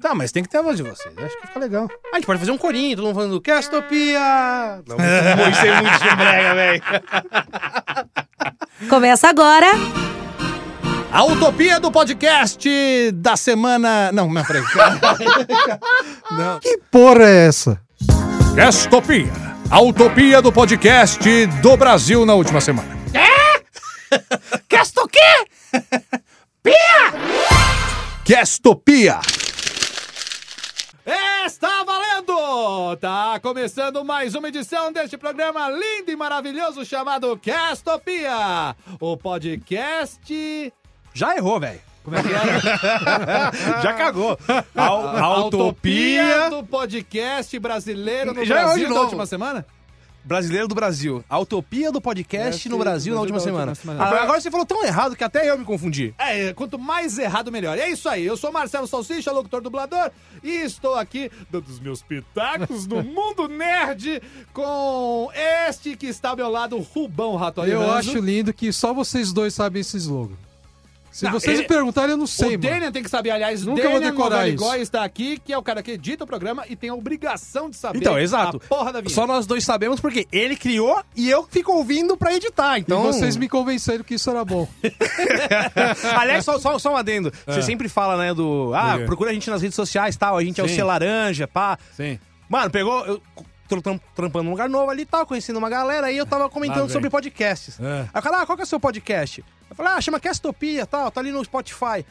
Tá, mas tem que ter a voz de vocês. Acho que fica legal. Ah, a gente pode fazer um corinho, todo mundo falando Castopia! Não, muito, isso é muito chumbrega, velho. Começa agora. A utopia do podcast da semana. Não, não, peraí. não. Que porra é essa? Castopia. A utopia do podcast do Brasil na última semana. Casto quê? Castopia. É, Está valendo! Tá começando mais uma edição deste programa lindo e maravilhoso chamado Castopia, o podcast... Já errou, velho. Como é que era? Já cagou. A, a utopia do podcast brasileiro no Já é hoje de Brasil da novo. última semana? brasileira do Brasil. A utopia do podcast É, no sim, Brasil na Brasil última da semana. última semana. Ah, Agora você falou tão errado que até eu me confundi. É, quanto mais errado, melhor. E é isso aí. Eu sou Marcelo Salsicha, locutor dublador, e estou aqui dando os meus pitacos no mundo nerd com este que está ao meu lado, Rubão Rato Eu Arivazzo. acho lindo que só vocês dois sabem esse slogan. Se Não, vocês é ele- me perguntarem, eu não O sei, mano. Daniel tem que saber, aliás, Nunca Daniel vou decorar Novaligói isso. está aqui, que é o cara que edita o programa e tem a obrigação de saber Então, exato. a porra da vinheta. Só nós dois sabemos porque ele criou e eu fico ouvindo pra editar. Então, E vocês me convenceram que isso era bom. Aliás, só, só, só um adendo. Você sempre fala, né, do. Ah, quê? procura a gente nas redes sociais tal. A gente é o Sim. C Laranja, pá. Sim. Mano, pegou. Eu tô tram- trampando num lugar novo ali e tal, conhecendo uma galera. E eu tava comentando sobre podcasts. Aí o cara, ah, qual que é o seu podcast? Eu falei, ah, chama Castopia tal. Tá ali no Spotify.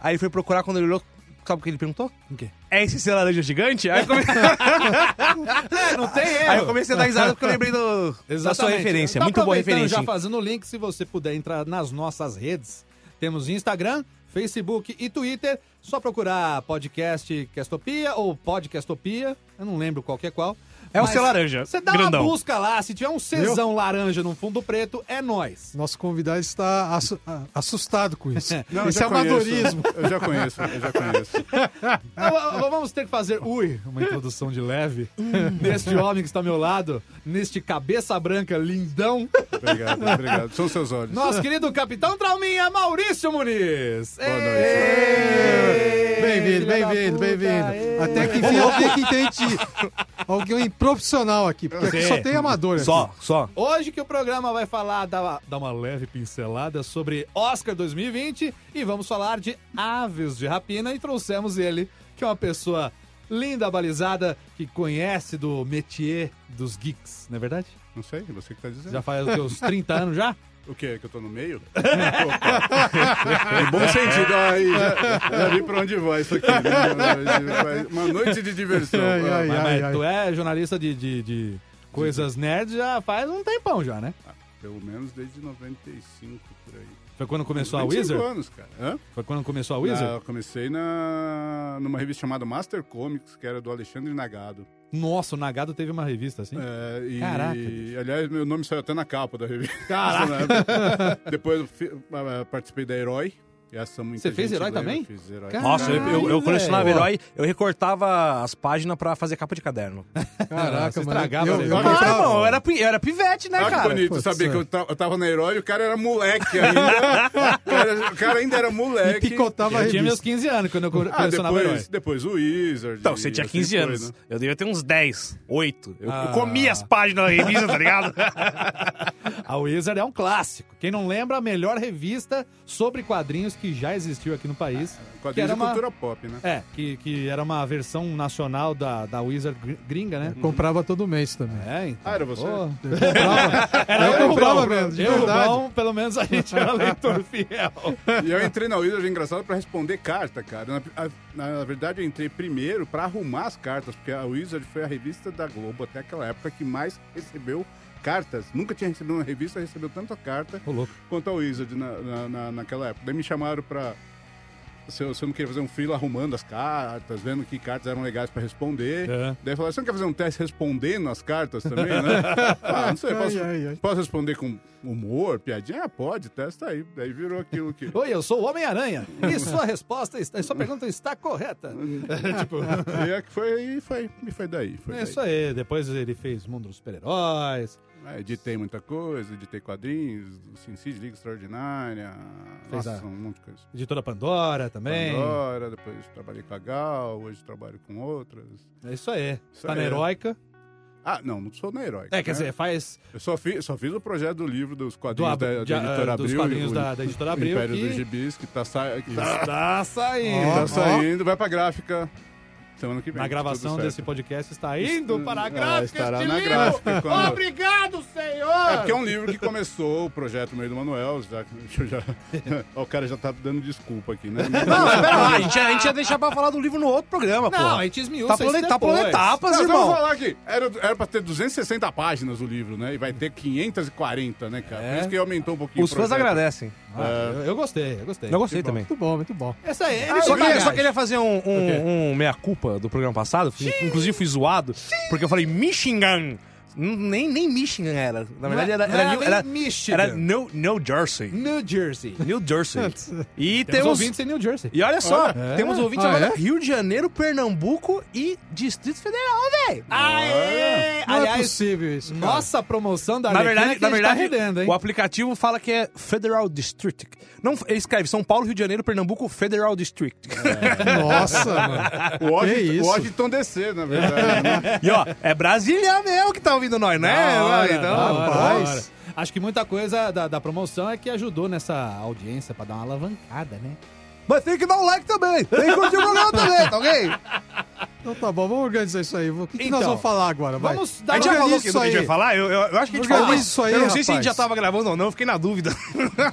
Aí ele foi procurar quando ele olhou. Sabe o que ele perguntou? O quê? É esse C Laranja gigante? Aí eu comecei, É, não tem erro. aí eu comecei a dar risada porque eu lembrei do, da sua Exatamente. referência. Então, Muito boa aproveitando, referência. Já hein? fazendo o link, se você puder entrar nas nossas redes. Temos Instagram, Facebook e Twitter. Só procurar podcast Castopia ou Podcastopia. Eu não lembro qual que é qual. É o Mas C laranja, Você dá grandão. uma busca lá. Se tiver um Czão laranja no fundo preto, é nós. Nosso convidado está assu- ah, assustado com isso. Não, eu Esse já é conheço. amadorismo. Eu já conheço, eu já conheço. Ah, ah, ah, Vamos ter que fazer, ui, uma introdução de leve. neste homem que está ao meu lado, neste cabeça branca lindão, Obrigado, obrigado. São seus olhos. nosso querido capitão Trauminha, Maurício Muniz. Boa noite. Ei, Bem-vindo, filha da bem-vindo, puta, ei. bem-vindo. Até que enfim, alguém que entende alguém profissional aqui, porque aqui só tem amador. né? aqui. Só, só. Hoje que o programa vai falar, dar uma, dar uma leve pincelada sobre Oscar 2020 e vamos falar de aves de rapina e trouxemos ele, que é uma pessoa linda, balizada, que conhece do métier dos geeks, não é verdade? Não sei, você que tá dizendo. Já faz os seus 30 anos já? O quê? Que eu tô no meio? Opa. em bom sentido. Aí, já, já vi pra onde vai isso aqui. né? Uma noite de diversão. Ah, Ai, ai, Mas, ai. mas tu é jornalista de, de, de coisas nerds já faz um tempão já, né? Pelo menos desde 95, por aí. Foi quando começou a 25 Wizard? anos, cara. Hã? Foi quando começou a Wizard? Ah, eu comecei na, numa revista chamada Master Comics, que era do Alexandre Nagado. Nossa, o Nagado teve uma revista assim? É, e, Caraca, aliás, meu nome saiu até na capa da revista. Caraca. Depois eu fi- eh, participei da Herói. E Essa muita Você fez gente Herói lembra, também? Fiz Herói. Caraca. Nossa, eu, eu, eu Caralho, colecionava velho. herói, eu recortava as páginas pra fazer capa de caderno. Ah, Caraca, Você mano. estragava, eu, né? eu Ah, Ah, gostava- irmão, eu era, pi- eu era pivete, né, Olha Ah, que cara? bonito, Putz, saber é. que eu, ta- eu tava na Herói e o cara era moleque ainda. o, cara, o cara ainda era E moleque. picotava a Eu tinha meus revista. 15 anos quando eu co- Ah, colecionava herói. depois, depois o Wizard. Então, você e tinha assim 15 foi, anos. né? Eu devia ter uns 10, 8. Eu, eu Ah. comia as páginas da revista, tá ligado? A Wizard é um clássico. Quem não lembra, a melhor revista sobre quadrinhos que já existiu aqui no país. que Quadrinhos era de uma, cultura pop, né? é, que, que era uma versão nacional da, da Wizard gr- gringa, né? Comprava todo mês também. É, então. Ah, era você? Pô, Eu comprava. Era eu eu, comprava Rubão. mesmo, de eu, verdade. Rubão, pelo menos a gente era leitor fiel. E eu entrei na Wizard, engraçado, pra responder carta, cara. Na, a- na verdade, eu entrei primeiro pra arrumar as cartas, porque a Wizard foi a revista da Globo até aquela época que mais recebeu cartas. Nunca tinha recebido uma revista, recebeu tanta carta Ô, louco. quanto a Wizard na, na- na- naquela época. Daí me chamaram pra. Se eu, se eu não queria fazer um freela arrumando as cartas, vendo que cartas eram legais pra responder. É. Daí falaram, você não quer fazer um teste respondendo as cartas também, né? ah, não sei, eu posso, Ai, ai, ai. posso responder com humor, piadinha? Ah, pode, testa aí. Daí virou aquilo que. Oi, eu sou o Homem-Aranha. E sua resposta, está, sua pergunta está correta. tipo, E é que foi, foi, e foi daí. Foi é daí. isso aí. Depois ele fez Mundo dos Super-Heróis. É, editei muita coisa, editei quadrinhos, SimCity, Liga Extraordinária, Fez nossa, a- um monte de coisa. Editora Pandora também. Pandora, depois trabalhei com a Gal, hoje trabalho com outras. É isso aí. Isso tá na aí. heróica. Ah, não, não sou na Heróica. É, quer né? dizer, faz Eu só fiz, só fiz o projeto do livro dos do, quadrinhos ab- da, da de- Editora ah, Abril. dos quadrinhos o- da, da Editora Abril. Império que dos Gibis, que tá, sa... que tá, Está saindo. tá Ó. saindo, vai pra gráfica semana que vem. tá Na gravação tudo certo. desse podcast está indo para a Ah, gráfica estará este na livro. gráfica quando- Obrigado, senhor! É porque é um livro que começou o projeto no meio do Manuel, já, já, ó, o cara já tá dando desculpa aqui, né? Não, mas pera lá, a gente, ia- a gente ia deixar pra falar do livro no outro programa, pô. Não, a gente esmiuça Tá pulando, isso tá pulando depois. etapas, então Não, só vou irmão. falar aqui. Era, era pra ter 260 páginas o livro, né? E vai ter 540, né, cara? É. Por isso que aumentou um pouquinho Os o fãs projeto. agradecem. Ah, eu, eu gostei, eu gostei. Eu gostei também. Ah, Muito bom, muito bom. Essa é aí, ele Eu só, tem queria, bagagem. só queria fazer um, um- um meia-culpa do programa passado. Fui- Inclusive fui zoado, porque eu falei Michigan. N- Nem, nem Michigan era. Na verdade, era, não era, era New, nem era, Michigan. era New, New Jersey. New Jersey. New Jersey. E Temos temos. ouvintes em New Jersey. E olha só, Olha. temos É? ouvintes Ah, agora é? do Rio de Janeiro, Pernambuco e Distrito Federal, velho. Aê! Não é Aliás, possível isso. cara. nossa promoção da Na Arlequina verdade, que na a gente tá verdade rendendo, hein? o aplicativo fala que é Federal District. Não, ele escreve São Paulo, Rio de Janeiro, Pernambuco, Federal District. Nossa, mano. O Washington, Que isso? Washington DC, na verdade. né? E ó, é Brasília mesmo que tá ouvindo nós, né? Da hora, então, da hora, da rapaz. hora. Acho que muita coisa da, da promoção é que ajudou nessa audiência pra dar uma alavancada, né? Mas tem que dar um like também. Tem que curtir o programa também, tá ok? Então tá bom, vamos organizar isso aí. O que, que Então, nós vamos falar agora? Vai. Vamos dar A gente já Organiza falou que, isso do que a gente vai aí. falar? Eu, eu, eu acho que a gente falou. Organiza mas isso aí, eu não sei se a gente já rapaz. tava gravando ou não, eu fiquei na dúvida.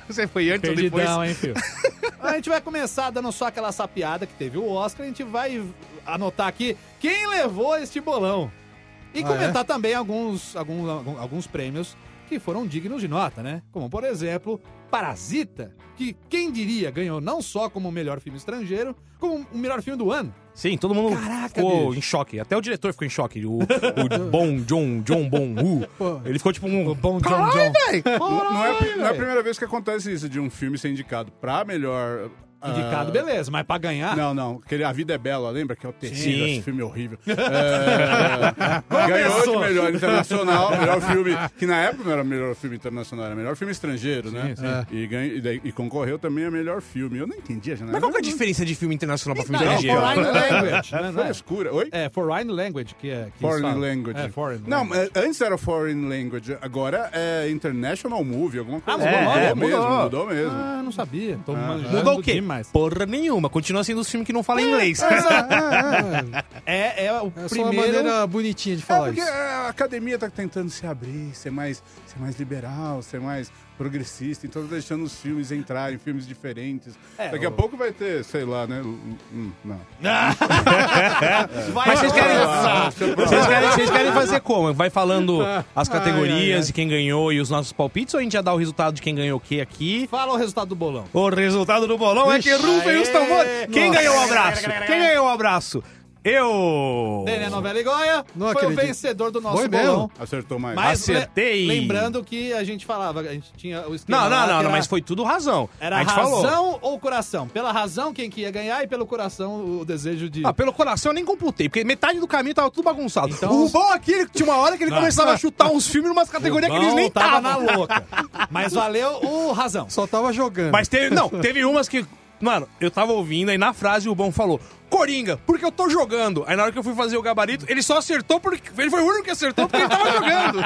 Você foi antes ou depois. Perdidão, hein, filho? Então, a gente vai começar dando só aquela sapiada que teve o Oscar. A gente vai anotar aqui quem levou este bolão. E Ah, comentar também alguns, alguns, algum- alguns prêmios que foram dignos de nota, né? Como, por exemplo, Parasita, que quem diria ganhou não só como o melhor filme estrangeiro, como o melhor filme do ano. Sim, todo mundo Caraca, ficou bicho. em choque. Até o diretor ficou em choque. O, o Bon John, John Bon Hu. Ele ficou tipo um. Bom John Caralho, John. velho! não, não é, a pri- não é a velho. primeira vez que acontece isso, de um filme ser indicado pra melhor... ah, Indicado, beleza, mas pra ganhar. Não, não. Aquele A Vida é Bela, lembra? Que é o terceiro, Sim. esse filme horrível. É, ganhou de Começou. melhor internacional, melhor filme. Que na época não era melhor filme internacional, era melhor filme estrangeiro, né? E, ganhou- e daí- e concorreu também a melhor filme. Eu não entendi a janela. Mas qual que é a diferença de filme internacional pra filme Não, estrangeiro? foreign language. né, Foi né? escura. Oi? É, foreign language, que é. que Foreign eles falam. language. É, foreign não, language. mas antes era foreign language, agora é international movie, alguma coisa. assim. Ah, mudou o mudou, nome? mesmo, Mudou. mudou, mesmo. Ah, não sabia. Tô manjando Mudou o quê? Demais. Porra nenhuma. Continua sendo os filmes que é, não falam inglês. É, é, É, é o é. É só uma primeiro. maneira bonitinha de Ah, É falar porque isso. a academia tá tentando se abrir, ser mais, ser mais liberal, ser mais progressista, então tá deixando os filmes entrarem, filmes diferentes. É, Daqui a o- pouco vai ter, sei lá, né? Hum, hum, não. Vai Mas vocês querem- começar. Vocês querem, vocês querem fazer como? Vai falando as categorias e quem ganhou e os nossos palpites ou a gente já dá o resultado de quem ganhou o que aqui? Fala o resultado do bolão. O resultado do bolão é que rufem os tambores. Quem Nossa. ganhou o abraço? Quem ganhou o abraço? Eu! Dele a novela e Goia foi Não o acredito. vencedor do nosso Foi mesmo? bolão. Acertou mais. Mas le- Acertei. lembrando que a gente falava, a gente tinha o esquema Não, lá não, que não, era- não, mas foi tudo razão. Era a gente razão falou. ou coração? Pela razão, quem que ia ganhar e pelo coração, o desejo de. Ah, pelo coração eu nem computei, porque metade do caminho tava tudo bagunçado. Então- O bom aqui, ele- tinha uma hora que ele começava a chutar uns filmes numas categorias que eles nem tava estavam. na louca. Mas valeu o razão. Só tava jogando. Mas teve, não, teve umas que. Mano, eu tava ouvindo, aí na frase o Bom falou: Coringa, porque eu tô jogando. Aí na hora que eu fui fazer o gabarito, ele só acertou porque. Ele foi o único que acertou porque ele tava jogando.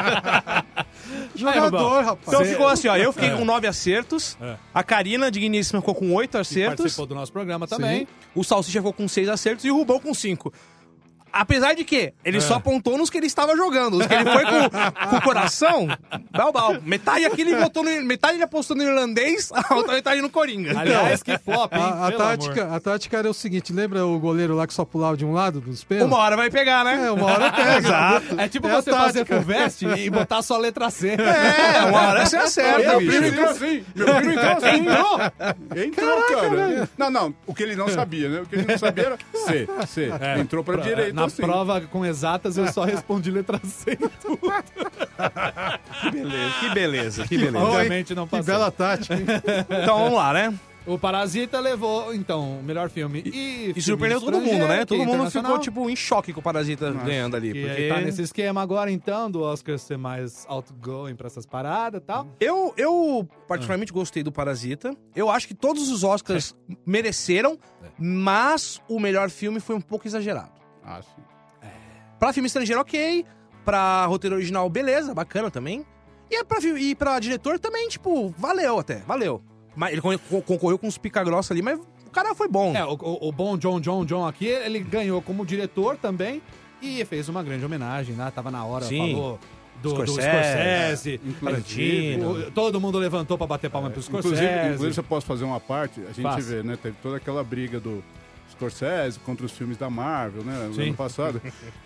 Jogador, rapaz. É. Então ficou assim, ó. Eu fiquei com nove acertos. A Karina, digníssima, ficou com oito acertos. É. Participou do nosso programa também. O Salsicha ficou com seis acertos e o Rubão com cinco. Apesar de que ele só apontou nos que ele estava jogando. Os que ele foi com, com o coração, bal, bal. Metade aqui ele votou no. Metade ele apostou no irlandês, a outra metade no Coringa. Aliás, que flop, hein? A, a Pelo amor. tática, a tática era o seguinte: lembra o goleiro lá que só pulava de um lado dos pênaltis? Uma hora vai pegar, né? É, uma hora pega. Exato. É tipo É a você fazer tática. Fulvestre e botar só a letra C. É, uma hora você acerta, Meu primo bicho. entrou assim! Meu primo entrou assim! Entrou? Entrou, cara! Não, não, o que ele não sabia, né? O que ele não sabia era C, C. entrou pra, direita Na assim. prova com exatas, eu só respondi letra C. em tudo. Que beleza, que beleza. Obviamente não Que passou. bela tática. hein? Então vamos lá, né? O Parasita levou, então, o melhor filme. E, E filme surpreendeu todo mundo, né? estrangeiro, Todo mundo ficou, é, internacional. tipo, em choque com o Parasita ganhando ali. E Porque aí tá nesse esquema agora, então, do Oscar ser mais outgoing pra essas paradas e tal. eu, eu particularmente gostei do Parasita. Eu acho que todos os Oscars mereceram, mas o melhor filme foi um pouco exagerado. Ah, sim. Pra filme estrangeiro, ok. Pra roteiro original, beleza, bacana também. E é pra, fi- e pra diretor também, tipo, valeu até, valeu. Mas ele con- con- concorreu com uns pica-grossa ali, mas o cara foi bom. É, o, o- o bom John John John aqui, ele ganhou como diretor também e fez uma grande homenagem, né? Tava na hora, Sim. falou do Scorsese, Scorsese, do Scorsese Tarantino. É, o- todo mundo levantou pra bater palma pro Scorsese. Inclusive, inclusive, se eu posso fazer uma parte, a gente Faça. vê, né? Teve toda aquela briga do Scorsese contra os filmes da Marvel, né? No Sim. ano passado.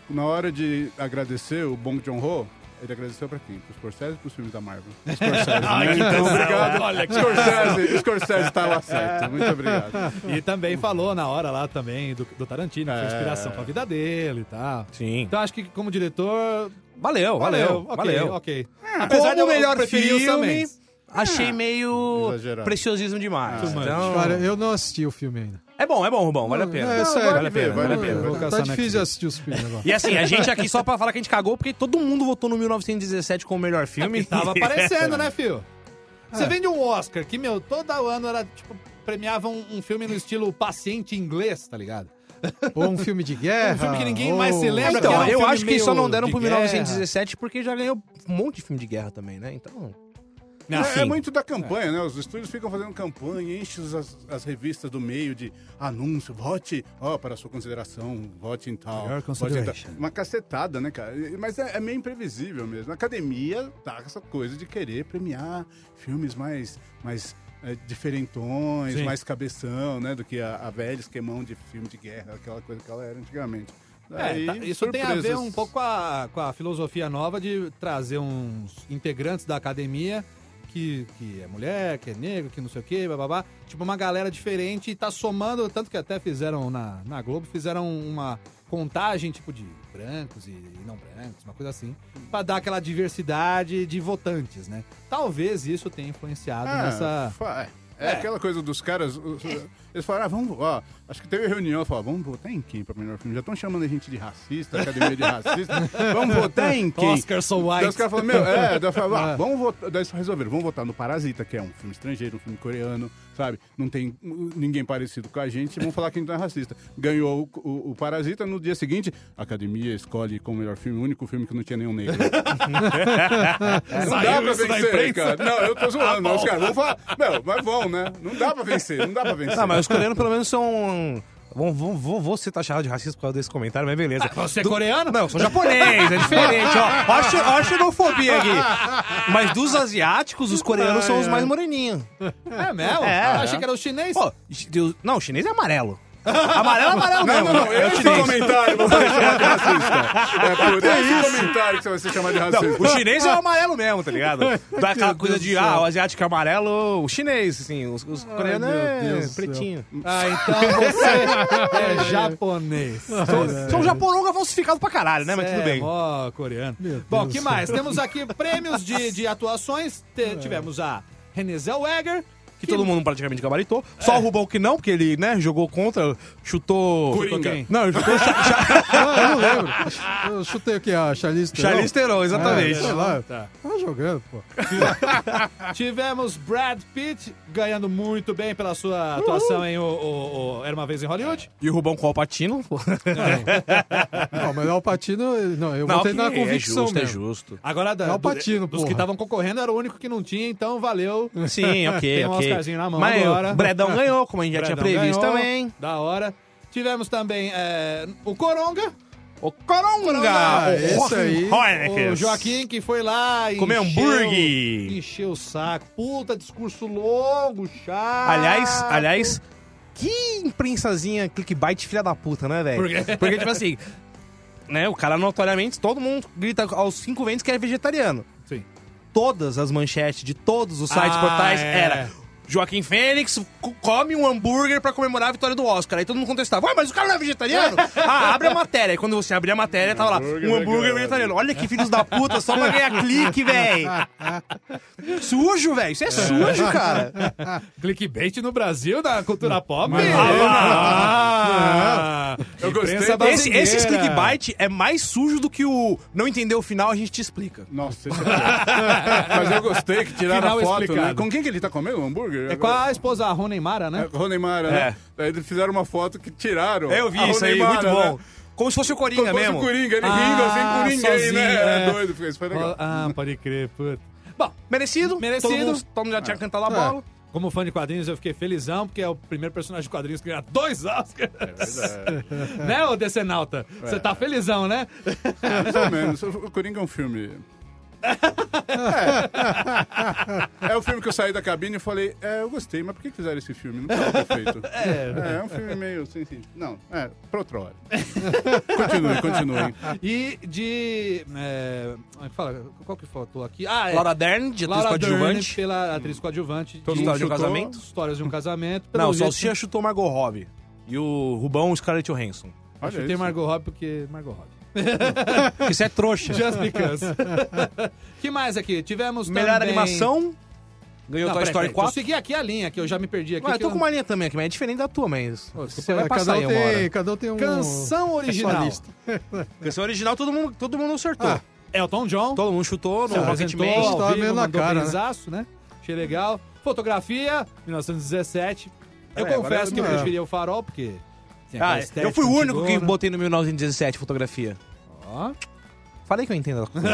Na hora de agradecer o Bong Joon-ho, ele agradeceu pra quem? Pro Scorsese e pros filmes da Marvel? Scorsese. né? Então, obrigado. Olha que Scorsese, Scorsese tava certo. Muito obrigado. é. E também falou na hora lá também do, do Tarantino, que foi inspiração pra vida dele e tal. Sim. Então acho que como diretor. Valeu, valeu, valeu. ok, ok. Apesar Ah, Como do melhor preferir o Sam filme, Mendes. achei meio exagerado. preciosismo demais. Ah, então, Cara, eu não assisti o filme ainda. É bom, é bom, Rubão, vale a Não, pena. é sério. vale a pena, Vale vale a ver, pena. vou Tá caçar difícil Netflix. de assistir os filmes agora. E assim, a gente aqui só pra falar que a gente cagou, porque todo mundo votou no 1917 como o melhor filme. E tava aparecendo, né, fio? Você vende um Oscar que, meu, todo ano era, tipo, premiava um, um filme no estilo paciente inglês, tá ligado? Ou um filme de guerra. Um filme que ninguém ou- mais se lembra. Então, Porque é eu um filme acho que só meio não deram de pro guerra. 1917 porque já ganhou um monte de filme de guerra também, né? Então. Ah, É, é muito da campanha, né? Os estúdios ficam fazendo campanha, enchem as, as revistas do meio de anúncio, vote, ó, para sua consideração, vote em tal. Melhor vote em tal. consideration. Uma cacetada, né, cara? E- Mas é, é meio imprevisível mesmo. A academia tá com essa coisa de querer premiar filmes mais. mais é, diferentões, Sim. mais cabeção, né? Do que a, a velha esquemão de filme de guerra, aquela coisa que ela era antigamente. É, Daí, tá- isso tem a ver surpresas. um pouco com a, com a filosofia nova de trazer uns integrantes da academia que, que é mulher, que é negro, que não sei o quê, bababá. Tipo, uma galera diferente e tá somando, tanto que até fizeram na, na Globo, fizeram uma contagem, tipo, de brancos e, e não brancos, uma coisa assim, pra dar aquela diversidade de votantes, né? Talvez isso tenha influenciado Ah, nessa... fa- É, é aquela coisa dos caras. os- Eles falaram, ah, vamos. Ó, acho que teve reunião, falaram, vamos votar em quem pra melhor filme? Já estão chamando a gente de racista, academia de racista. Vamos votar em quem? Oscar so Daí os white. caras falaram, meu, é, daí eu falava, ah, vamos votar. Daí eles resolveram, vamos votar no Parasita, que é um filme estrangeiro, um filme coreano, sabe? Não tem hum, ninguém parecido com a gente, vamos falar que então é racista. Ganhou o, o- o Parasita, no dia seguinte, a academia escolhe como melhor filme, o único filme que não tinha nenhum negro. Não dá pra vencer, cara. Não, eu tô zoando. mas os caras vão falar. Não, mas vão, né? Não dá pra vencer, não dá pra vencer. Não, mas os coreanos pelo menos são. um- Vou, vou, vou, vou ser taxado de racista por causa desse comentário, mas beleza. Você é coreano? Não, eu sou japonês, é diferente, ó. Ó a chi- ó a xenofobia aqui. Mas dos asiáticos, os coreanos são os mais moreninhos. É mesmo? É. Eu achei que era o chinês. Pô, chi- Deus- não, o chinês é amarelo. Amarelo é amarelo Não, mesmo. não, não, é o esse chinês. comentário você vai chamar de racista. É por esse comentário que você vai ser chamado de Não, racista. o chinês é o amarelo mesmo, tá ligado? Dá aquela coisa de, ah, o asiático é amarelo, o chinês, assim, os, os coreanos meu é Deus do céu. pretinho. Ah, então você é japonês. São japononga falsificado pra caralho, né? Mas tudo bem. Ó, É, coreano. Meu Bom, Deus que do É. mais? Temos aqui prêmios de, de atuações. Te- Tivemos a Renée Zellweger. Que todo mundo praticamente gabaritou. Só o Rubão que não, porque ele, né, jogou contra, chutou. Coringa. Chutou quem? Não, ele chutou Cha- Cha- Ah, eu não lembro. Eu chutei o quê? A Charlize Theron? Charlize Theron, exatamente. É, sei lá. Tá. Tava jogando, pô. Tivemos Brad Pitt ganhando muito bem pela sua atuação em o, o- o Era Uma Vez em Hollywood. E o Rubão com o Alpatino. Não, mas o Alpatino... Não, eu botei na convicção mesmo. é justo. Agora, da, É o Pacino, dos que porra. estavam concorrendo, era o único que não tinha, então valeu. Sim, ok, Tem um ok. Oscarzinho na mão Mas agora. o Bredão ganhou, como a gente já Bradão tinha previsto ganhou, também. Da hora. Tivemos também é, o Coronga. O Coronga! esse aí, Heineken. O Joaquim que foi lá e. Comer hambúrguer. Encheu o saco. Puta, discurso longo, chato. Aliás, aliás, Ah, que imprensazinha clickbait filha da puta, né, velho? Porque... tipo assim, né, o cara notoriamente, todo mundo grita aos cinco ventos que é vegetariano. Sim. Todas as manchetes de todos os sites, Ah, portais, é. era... Joaquim Fênix co- come um hambúrguer pra comemorar a vitória do Oscar. Aí todo mundo contestava, ué, mas o cara não é vegetariano? ah, abre a matéria. Aí quando você abria a matéria, tava lá, Hambúrguer um hambúrguer vegano. vegetariano. Olha que filhos da puta, só pra ganhar clique, véi. sujo, velho. Isso é sujo, cara. Clickbait no Brasil, na cultura pop. é. Mas- Ah, Eu gostei imprensa Esse, desse- brasileira. esse clickbait é mais sujo do que o não entender o final, a gente te explica. Nossa, esse é bom. Mas eu gostei que tiraram Final a foto, explicado. né? Com quem que ele tá comendo o hambúrguer? É com a esposa a Rony Mara, né? Ronemara, É. né? Daí eles fizeram uma foto que tiraram. Eu vi a isso aí, muito Ronemara, bom. Né? Como se fosse o Coringa Como se fosse mesmo. o Coringa, ele Ah, rindo assim com ninguém, sozinho, né? Era é. doido, isso foi legal. Ah, pode crer, puta. Bom, Merecido? Merecido. Todo mundo, todo mundo já tinha cantado a bola. como fã de quadrinhos, eu fiquei felizão, porque é o primeiro personagem de quadrinhos que ganha dois Oscars. É né, ô Decenalta? Você tá felizão, né? Mais ou menos. O Coringa é um filme. É. É o filme que eu saí da cabine e falei, é, eu gostei, mas por que fizeram esse filme? Não precisava ter feito. É, é um filme meio sem sentido. Não, é, pra outra hora. Continue, continue. E de. É, ai, fala, qual que faltou aqui? Ah, é. Laura Dern, de atriz Laura Dern coadjuvante. pela atriz coadjuvante. Todo de História de um chutou. casamento. Histórias de um casamento. Pelo Não, o jeito, Salsicha chutou Margot Robbie. E o Rubão, Scarlett Johansson. Olha Chutei isso. Margot Robbie porque Margot Robbie. Porque Isso é trouxa. Just because. que mais aqui? Tivemos Melhor também... animação. Ganhou Não, Toy peraí, Story peraí, Eu 4. segui aqui a linha, que eu já me perdi aqui. Ué, eu que tô com uma linha também aqui, mas é diferente da tua, mas. Você vai É, passar cada, aí um uma hora. tem, cada um tem um. Canção original. lista. Canção original, todo mundo, todo mundo acertou. Ah, Elton É John. todo mundo chutou no se apresentou ao Rocketman. Tava vivo, meio na mandou cara, né? benzaço, né? Achei legal. Fotografia, 1917. Eu Peraí, agora confesso que eu não é. preferi o farol, porque... tem aquela Ah, eu estética fui o único que antigona. botei no 1917 fotografia. Ó, Falei que eu entendo as coisas.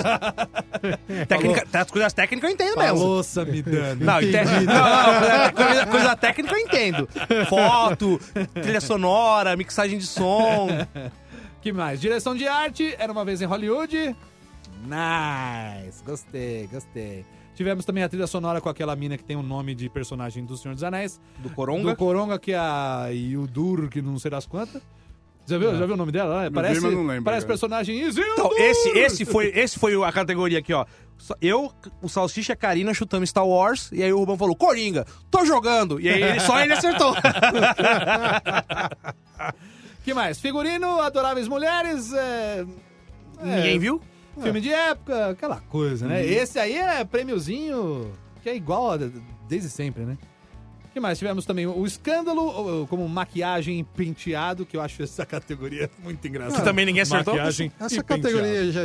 Técnica, as coisas técnicas eu entendo mesmo. Falou, Samidana. é um Não, inte- não, não, coisa, coisa técnica eu entendo. Foto, trilha sonora, mixagem de som. que mais? Direção de arte, era uma vez em Hollywood. Nice, gostei, gostei. Tivemos também a trilha sonora com aquela mina que tem o nome de personagem do Senhor dos Anéis. Do Coronga. Do Coronga, que é a Isildur, que não sei das quantas. Já É. viu, já viu o nome dela? né? Parece, vi, mas não lembro, parece cara. personagem Isildur. Então, esse, esse, foi, esse foi a categoria aqui, ó. Só- Eu, o Salsicha e a Karina chutamos Star Wars, e aí o Rubão falou, Coringa, tô jogando. E aí ele- só ele acertou. que mais? Figurino, Adoráveis Mulheres. é, Ninguém viu? Filme de época, aquela coisa, Uhum. né? Esse aí é prêmiozinho que é igual a- desde sempre, né? O que mais? Tivemos também o escândalo, o- o- como maquiagem e penteado, que eu acho essa categoria muito engraçada. Que também ninguém acertou. Maquiagem Essa e penteado. categoria já.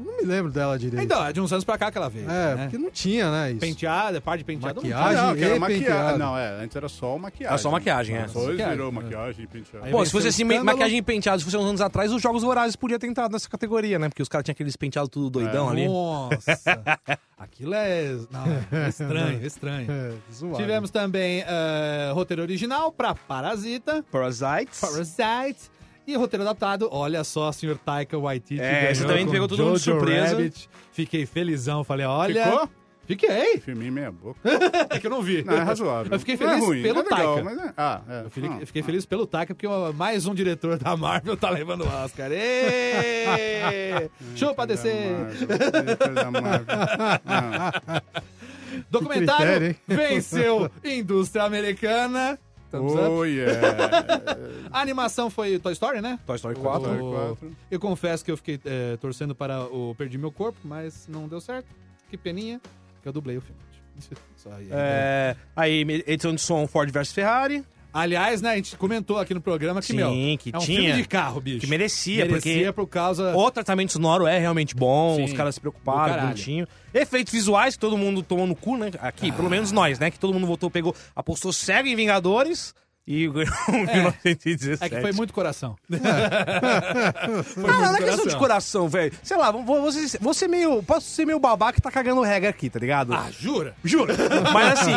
Não me lembro dela direito. Então, é de uns anos pra cá que ela veio. é, né? porque não tinha, né? Isso. Penteado, é par de penteado. não Maquiagem. Ah, não, e que era maquiagem. penteado. Não, é, antes era só maquiagem. Era só maquiagem, é. Depois Maquiagem. né? virou maquiagem e penteado. Aí Pô, vem se fosse seu assim, escândalo. maquiagem e penteado, se fosse uns anos atrás, os Jogos Vorazes podia ter entrado nessa categoria, né? Porque os caras tinham aqueles penteados tudo doidão É, ali. Nossa, aquilo é... Não, é estranho, é estranho. É, zoado. Tivemos também eh, roteiro original pra Parasita. Parasites. Parasite. E roteiro adaptado, olha só, senhor Taika Waititi. É, ganhou esse também com pegou todo mundo de Jojo surpresa. Rabbit. Fiquei felizão, falei, olha... Ficou? Fiquei. Filminho meia boca. É que eu não vi. Não, é razoável. Eu fiquei Não é feliz ruim, pelo é legal, Taika. mas é- Ah, é. Eu fiquei, Não. eu fiquei feliz pelo Taika, porque ó, mais um diretor da Marvel tá levando o Oscar. Ê! Chupa, Filho da DC! Marvel, filho da Marvel. critério, Documentário hein? venceu Indústria Americana. Thumbs Não. up. Oh, Tá yeah. A animação foi Toy Story, né? Toy Story Quatro. 4. Quatro. Eu confesso que eu fiquei eh, torcendo para o Perdi Meu Corpo, mas não deu certo. Que peninha, que eu dublei o filme. Só aí. né? É, aí, edição de som Ford versus Ferrari. Aliás, né, a gente comentou aqui no programa que, Sim, meu, que é um tinha. filme de carro, bicho. Que merecia, porque Merecia por causa... o tratamento sonoro é realmente bom, Sim, os caras se do preocuparam, caralho. bonitinho. Efeitos visuais, que todo mundo tomou no cu, né? Aqui, Ah. pelo menos nós, né? Que todo mundo votou, pegou, apostou cego em Vingadores e ganhou um É. 1917. É que foi muito coração. Ah, não, não é questão de coração, velho. Sei lá, vou, vou, ser- vou ser meio. Posso ser meio babaca que tá cagando regra aqui, tá ligado? Ah, jura? Juro. Mas assim,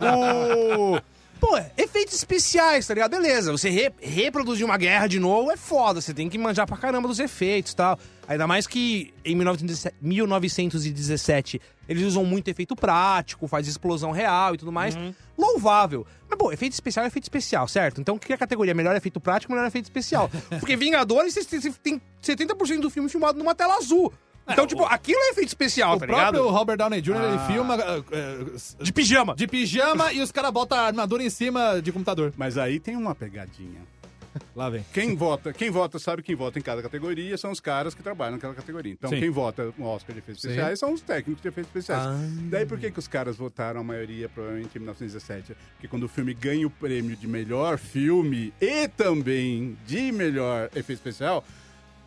o. Pô, efeitos especiais, tá ligado? Beleza, você re- reproduzir uma guerra de novo é foda, você tem que manjar pra caramba dos efeitos e tal. Ainda mais que em 1917 1917 eles usam muito efeito prático, faz explosão real e tudo mais. Uhum. Louvável. Mas, pô, efeito especial é efeito especial, certo? Então, que a categoria? Melhor efeito prático, melhor efeito especial. Porque Vingadores, você tem 70% do filme filmado numa tela azul. Então, tipo, aquilo é efeito especial, O tá próprio ligado? Ah. Robert Downey Jr. ele filma eh, eh, De pijama. de pijama e os caras botam a armadura em cima de computador. Mas aí tem uma pegadinha. Lá vem. Quem vota, quem vota sabe quem vota em cada categoria são os caras que trabalham naquela categoria. Então, Sim. quem vota no Oscar de efeitos especiais são os técnicos de efeitos especiais. Ah. Daí por que, que os caras votaram a maioria, provavelmente, em 1917? Porque quando o filme ganha o prêmio de melhor filme e também de melhor efeito especial,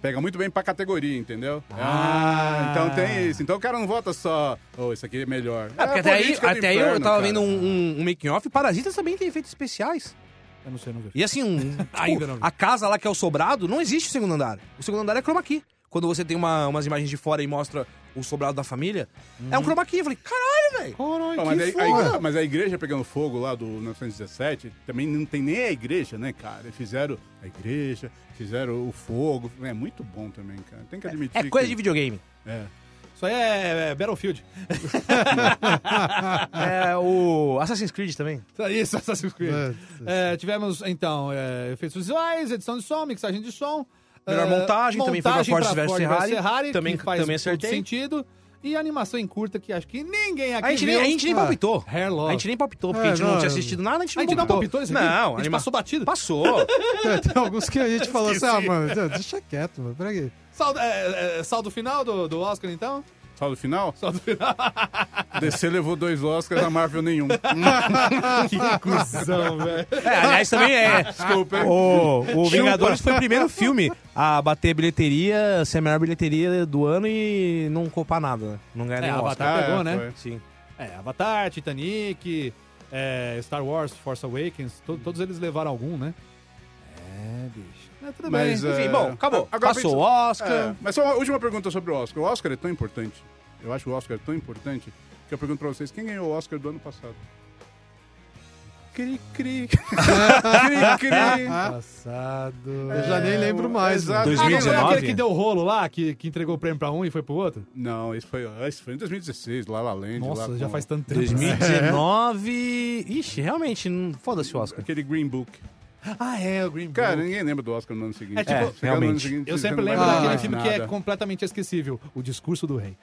pega muito bem pra categoria, entendeu? Ah, então tem isso. Então o cara não vota só, oh, isso aqui é melhor. Ah, porque É a até aí, política do até aí eu inferno, tava cara. vendo um, um, um making-off. Parasitas também tem efeitos especiais. Eu não sei, não vi. E assim, um, tipo, Ainda não vi. a casa lá que é o sobrado, não existe o segundo andar. O segundo andar é chroma key. Quando você tem uma- umas imagens de fora e mostra o sobrado da família, é Uhum. um chroma key. Eu falei, caralho, velho. Pô, mas, aí- a igreja, mas a igreja pegando fogo lá do 1917, também não tem nem a igreja, né, cara? E Fizeram a igreja, fizeram o fogo. É muito bom também, cara. Tem que admitir. É coisa de que... videogame. É. Isso aí é, é Battlefield. Ah. É o Assassin's Creed também. Isso, Assassin's Creed. É, É, tivemos, então, é, efeitos visuais, edição de som, mixagem de som. Melhor é, montagem, também foi pra montagem Ford pra versus Ford Ferrari. Ferrari, Também- que faz também todo acertei. sentido. E animação em curta, que acho que ninguém aqui A gente, nem, viu. a gente nem Ah, palpitou. Hair Loss. A gente nem palpitou, porque É, a gente não, não, tinha eu- assistido nada, a gente A não gente não palpitou isso aqui? Não, A gente anima- passou batido? Passou. Tem, É, tem alguns que a gente falou assim, ah, mano, deixa quieto, mano, peraí. Saldo, é, é, saldo final do, do Oscar, então? Saldo final? Saldo final. DC levou dois Oscars, a Marvel nenhum. Hum, que cuzão, velho. É, aliás, também é. Desculpa, hein? O, o Vingadores foi o primeiro filme a bater bilheteria, ser a melhor bilheteria do ano e não copar nada, né? Não ganhar É, nenhum Oscar. Avatar Ah, pegou, é, né? foi. Sim. É, Avatar, Titanic, é, Star Wars, Force Awakens, Uhum. to- todos eles levaram algum, né? É, bicho. É, tudo Mas, bem. é, Enfim, bom, acabou. Agora Passou o pensa- Oscar. É, mas só uma última pergunta sobre o Oscar. O Oscar é tão importante. Eu acho o Oscar tão importante que eu pergunto pra vocês: quem ganhou o Oscar do ano passado? Cri, cri. cri, cri. Passado. Eu já nem lembro mais, Exato. mano. Ah, não foi 2019? aquele que deu rolo lá, que, que entregou o prêmio pra um e foi pro outro? Não, isso foi, isso foi em 2016, lá La Land. Nossa, lá um. já com faz tanto tempo. 2019. Ixi, realmente, não- foda-se o Oscar. Aquele Green Book. Ah, é, o Green Cara, Book. ninguém lembra do Oscar no ano seguinte. É, tipo, Chega no ano realmente. seguinte, Eu você sempre não vai lembro lembrar daquele mais filme que nada. é completamente esquecível, O Discurso do Rei.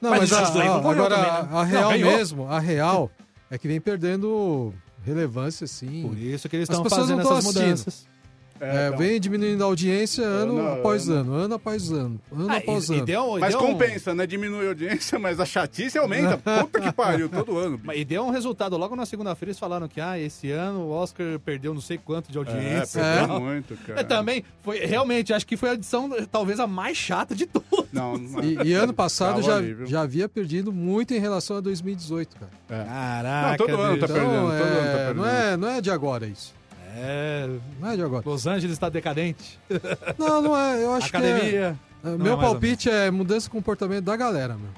Não, Mas mas, isso a, tudo aí a- concorreu agora também, né? a real Não, ganhou. mesmo, a real é que vem perdendo relevância, assim. Por isso que eles As estão pessoas fazendo não tão essas assistindo. mudanças. É, então. vem diminuindo a audiência ano Ano a após ano. ano, ano após ano, ano Ah, após e- e ano. deu- e Mas deu um- compensa, né? Diminui a audiência, mas a chatice aumenta. Puta que pariu, todo ano. bicho. Mas- E deu um resultado. Logo na segunda-feira eles falaram que ah, esse ano o Oscar perdeu não sei quanto de É, audiência. perdeu Não. muito, cara. É, também, foi, realmente, acho que foi a edição talvez a mais chata de todas. Não, não- é. E, e ano passado Tava já, Tá ali, viu? já havia perdido muito em relação a 2018, cara. Caraca. Não, todo ano tá bicho. perdendo, todo Então, ano tá é, perdendo. não, é, não é de agora isso. É, Não é de agora. Los Angeles tá decadente. Não, não é. Eu acho que. Academia. É, é, não meu é mais ou palpite é mudança de comportamento da galera, meu.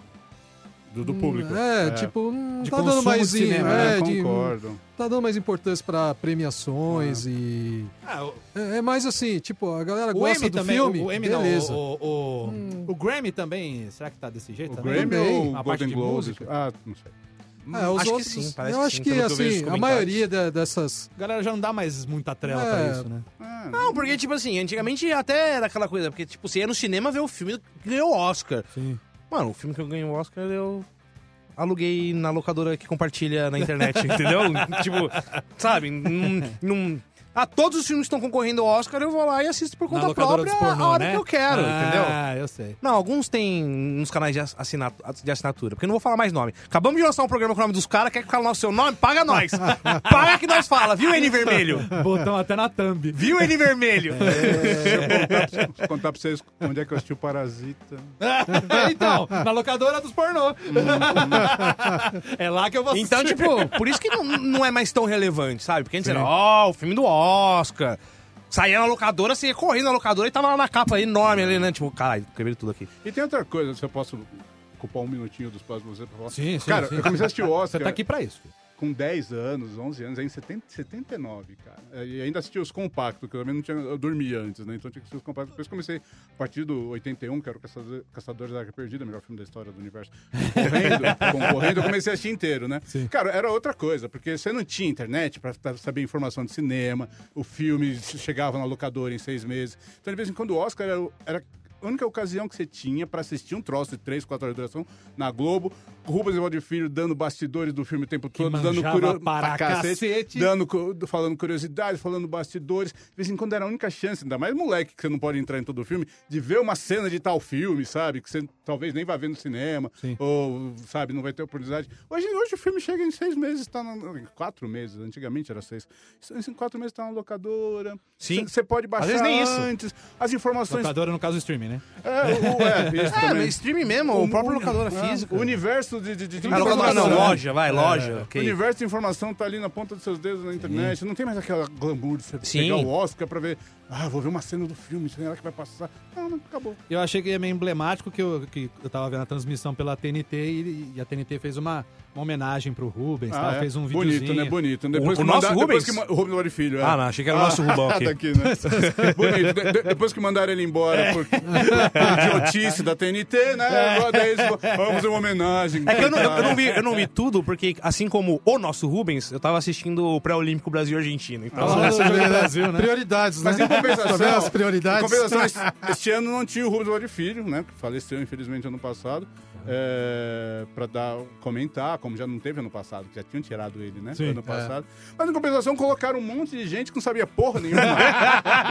do, do público. É, tipo, não De tá consumo dando mais. de cinema, é, Eu de- né? concordo. tá dando mais importância pra premiações e. Ah, o- É, é mais assim, tipo, a galera o gosta M do também. filme. o, o M beleza. não. O, o, o- Hum. o Grammy também. Será que tá desse jeito? O também? Grammy Também. ou A o parte Golden de Globe? música. Ah, não sei. É, os Acho que outros, sim, parece eu que acho sim, que, pelo que eu vejo nos assim, a comentários. maioria da- dessas. A galera já não dá mais muita trela pra É. isso, né? Ah, Não, porque, tipo assim, antigamente até era aquela coisa, porque, tipo, você ia no cinema ver o filme que ganhou o Oscar. Sim. Mano, o filme que eu ganhei o Oscar, eu aluguei na locadora que compartilha na internet, entendeu? tipo, sabe, num, num- Ah, todos os filmes que estão concorrendo ao Oscar, eu vou lá e assisto por conta própria a hora que eu quero, entendeu? Ah, eu sei. Não, alguns tem nos canais de, assina- de assinatura, porque eu não vou falar mais nome. Acabamos de lançar um programa com o nome dos caras, quer que fale o seu nome? Paga nós! Paga que nós fala, viu, N Vermelho? Botão até na thumb. É. Viu, N Vermelho? Vou contar pra vocês onde é que eu assisti o Parasita. então, na locadora dos pornô. é lá que eu vou Então, assistir. tipo, por isso que não, não é mais tão relevante, sabe? Porque antes era, ó, o filme do Oscar. Saía na locadora, você ia correndo na locadora e tava lá na capa enorme ali, né? Tipo, caralho, quebrei tudo aqui. E tem outra coisa, se eu posso ocupar um minutinho dos pós você pra falar. Sim, sim, Cara, sim. eu comecei a assistir o Você Oscar tá aqui pra isso. filho. com 10 anos, 11 anos, aí em 70, 79, cara. É, E ainda assistia os compactos, que eu também não tinha... Eu dormia antes, né? Então tinha que assistir os compactos. Depois comecei a partir do 81, que era o Caçador, Caçadores da Arca Perdida, o melhor filme da história do universo. Concorrendo, concorrendo, eu comecei a assistir inteiro, né? Cara, era outra coisa, porque você não tinha internet pra pra saber informação de cinema, o filme chegava na locadora em seis meses. Então, de vez em quando, o Oscar era... o- era única ocasião que você tinha pra assistir um troço de 3, 4 horas de duração na Globo. Rubens Evaldo Filho dando bastidores do filme o tempo todo, dando manjava para cacete. dando, cu- falando curiosidade, falando bastidores. De vez em quando era a única chance, ainda mais moleque, que você não pode entrar em todo o filme, de ver uma cena de tal filme, sabe? Que você talvez nem vá ver no cinema, ou, sabe, não vai ter oportunidade. Hoje, hoje o filme chega em seis meses, tá na, em quatro meses, antigamente era seis. Em quatro meses tá na locadora. Sim. Você pode baixar vezes nem isso. antes. As informações Locadora, no caso, o streaming, né? é, o, é, isso É, também. no streaming mesmo, o próprio locadora é, física. O universo de, de, de, de Ah, locadora não, É, né? loja, vai, loja. É. O ok. universo de informação tá ali na ponta dos seus dedos na internet. Não tem mais aquela glamour de você Sim. pegar o Oscar pra ver. Ah, vou ver uma cena do filme, será que vai passar? Não, não, acabou. Eu achei que é meio emblemático que eu, que eu tava vendo a transmissão pela TNT e, e a TNT fez uma, uma homenagem pro Rubens, Ah, tal, é. fez um videozinho. Bonito, né? Bonito. Depois o que nosso mandaram- Rubens? depois que ma- o Rubens Lori Filho. é. Ah, não, achei que era o nosso Rubão aqui. tá né? Bonito. De- de- depois que mandaram ele É. embora por, por idiotice da TNT, né? Agora daí eles vão- vamos fazer uma homenagem. É que eu não, eu não vi, eu não vi tudo, porque assim como o nosso Rubens, eu tava assistindo o pré-olímpico Brasil-Argentina. Então, Ah, Nossa, jogo do né? Brasil, né? Prioridades, né? Mas em compensação, Tá vendo as Em prioridades. compensação, es- este ano não tinha o Rubens Valde Filho, né? Que faleceu, infelizmente, ano passado. É, pra dar, comentar, como já não teve ano passado, que já tinham tirado ele, né? é. ano passado. Mas em compensação, colocaram um monte de gente que não sabia porra nenhuma.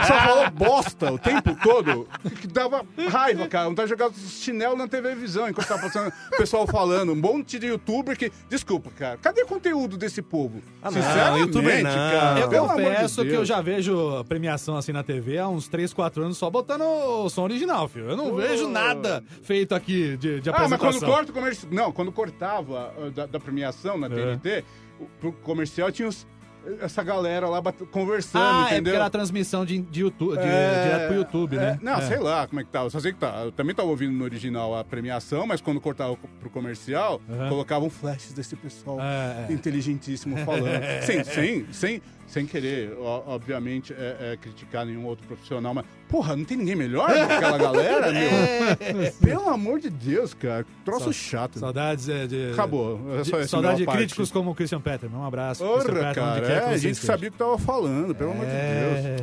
Só falou bosta o tempo todo. Que dava raiva, cara. Não tá jogando chinelo na televisão enquanto tava passando o pessoal falando. Um monte de youtuber que. Desculpa, cara. Cadê o conteúdo desse povo? não, Ah, youtuber não. Eu pelo amor de confesso que eu Deus. já vejo premiação assim na TV há uns 3, 4 anos só botando o som original, filho. Eu não Oh. vejo nada feito aqui de, de Ah, mas apresentação. É. quando corta o comercial. Não, quando cortava uh, da, da premiação na TNT, o pro comercial tinha os- essa galera lá bat- conversando, ah, é porque entendeu? era a transmissão de, de YouTube, de- É, direto pro YouTube, é, né? Não, É. sei lá como é que tá. Eu só sei que tá. Eu também tava ouvindo no original a premiação, mas quando cortava co- pro comercial, Aham. colocavam flashes desse pessoal É, é. inteligentíssimo falando. sem, sem, sem, sem querer, ó, obviamente, é, é, criticar nenhum outro profissional, mas, porra, não tem ninguém melhor do que aquela galera, É. meu? Pelo amor de Deus, cara. que Troço Só- chato. Saudades é, de. Acabou. É só de- esse saudade meu de parte. críticos como o Christian Petterman. Um abraço. Christian Porra, Petterman, cara. onde quer É, que a você gente esteja. sabia o que tava falando, pelo amor de Deus. É.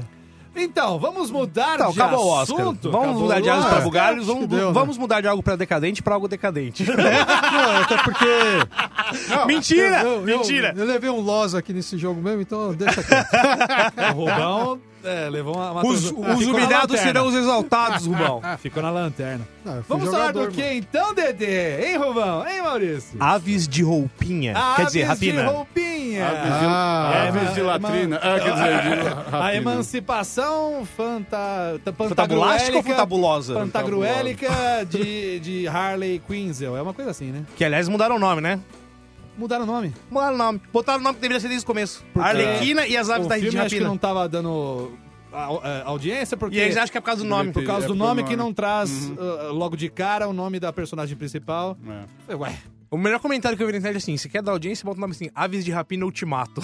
Então, vamos mudar Então, de acabou o assunto. Oscar. Vamos Acabou mudar de o algo Oscar. para bugalhos, vamos, deu, né? vamos mudar de algo para decadente para algo decadente. Não, até porque. mentira! eu- eu- mentira! Eu, levei um loss aqui nesse jogo mesmo, então deixa aqui. O Rubão é, levou uma. uma os ficou os na humilhados lanterna. serão os exaltados, Rubão. Ficou na lanterna. Não, Ah, eu fui Vamos falar do jogador, que então, Dedê? Hein, Rubão? Hein, Maurício? Aves de roupinha. Ah, Quer dizer, Aves rapina. de roupinha. Aves de- Ah, aves de latrina. Ah, quer dizer, de rapina. A emancipação fanta... Fantabulástica ou pantagruélica, fantabulosa? pantagruélica de, de Harley Quinzel. É uma coisa assim, né? Que aliás mudaram o nome, né? Mudaram o nome. Mudaram o nome. Botaram o nome que deveria ser desde o começo. A Arlequina e as aves o da de filme acho que rapina. não tava dando a- a- audiência porque... E eles acham que é por causa do nome. Uhum. Por causa É do por nome, nome. que não traz uh, logo de cara o nome da personagem principal. É. Ué, O melhor comentário que eu vi na internet é assim: se quer dar audiência, bota o nome assim, Aves de Rapina Ultimato.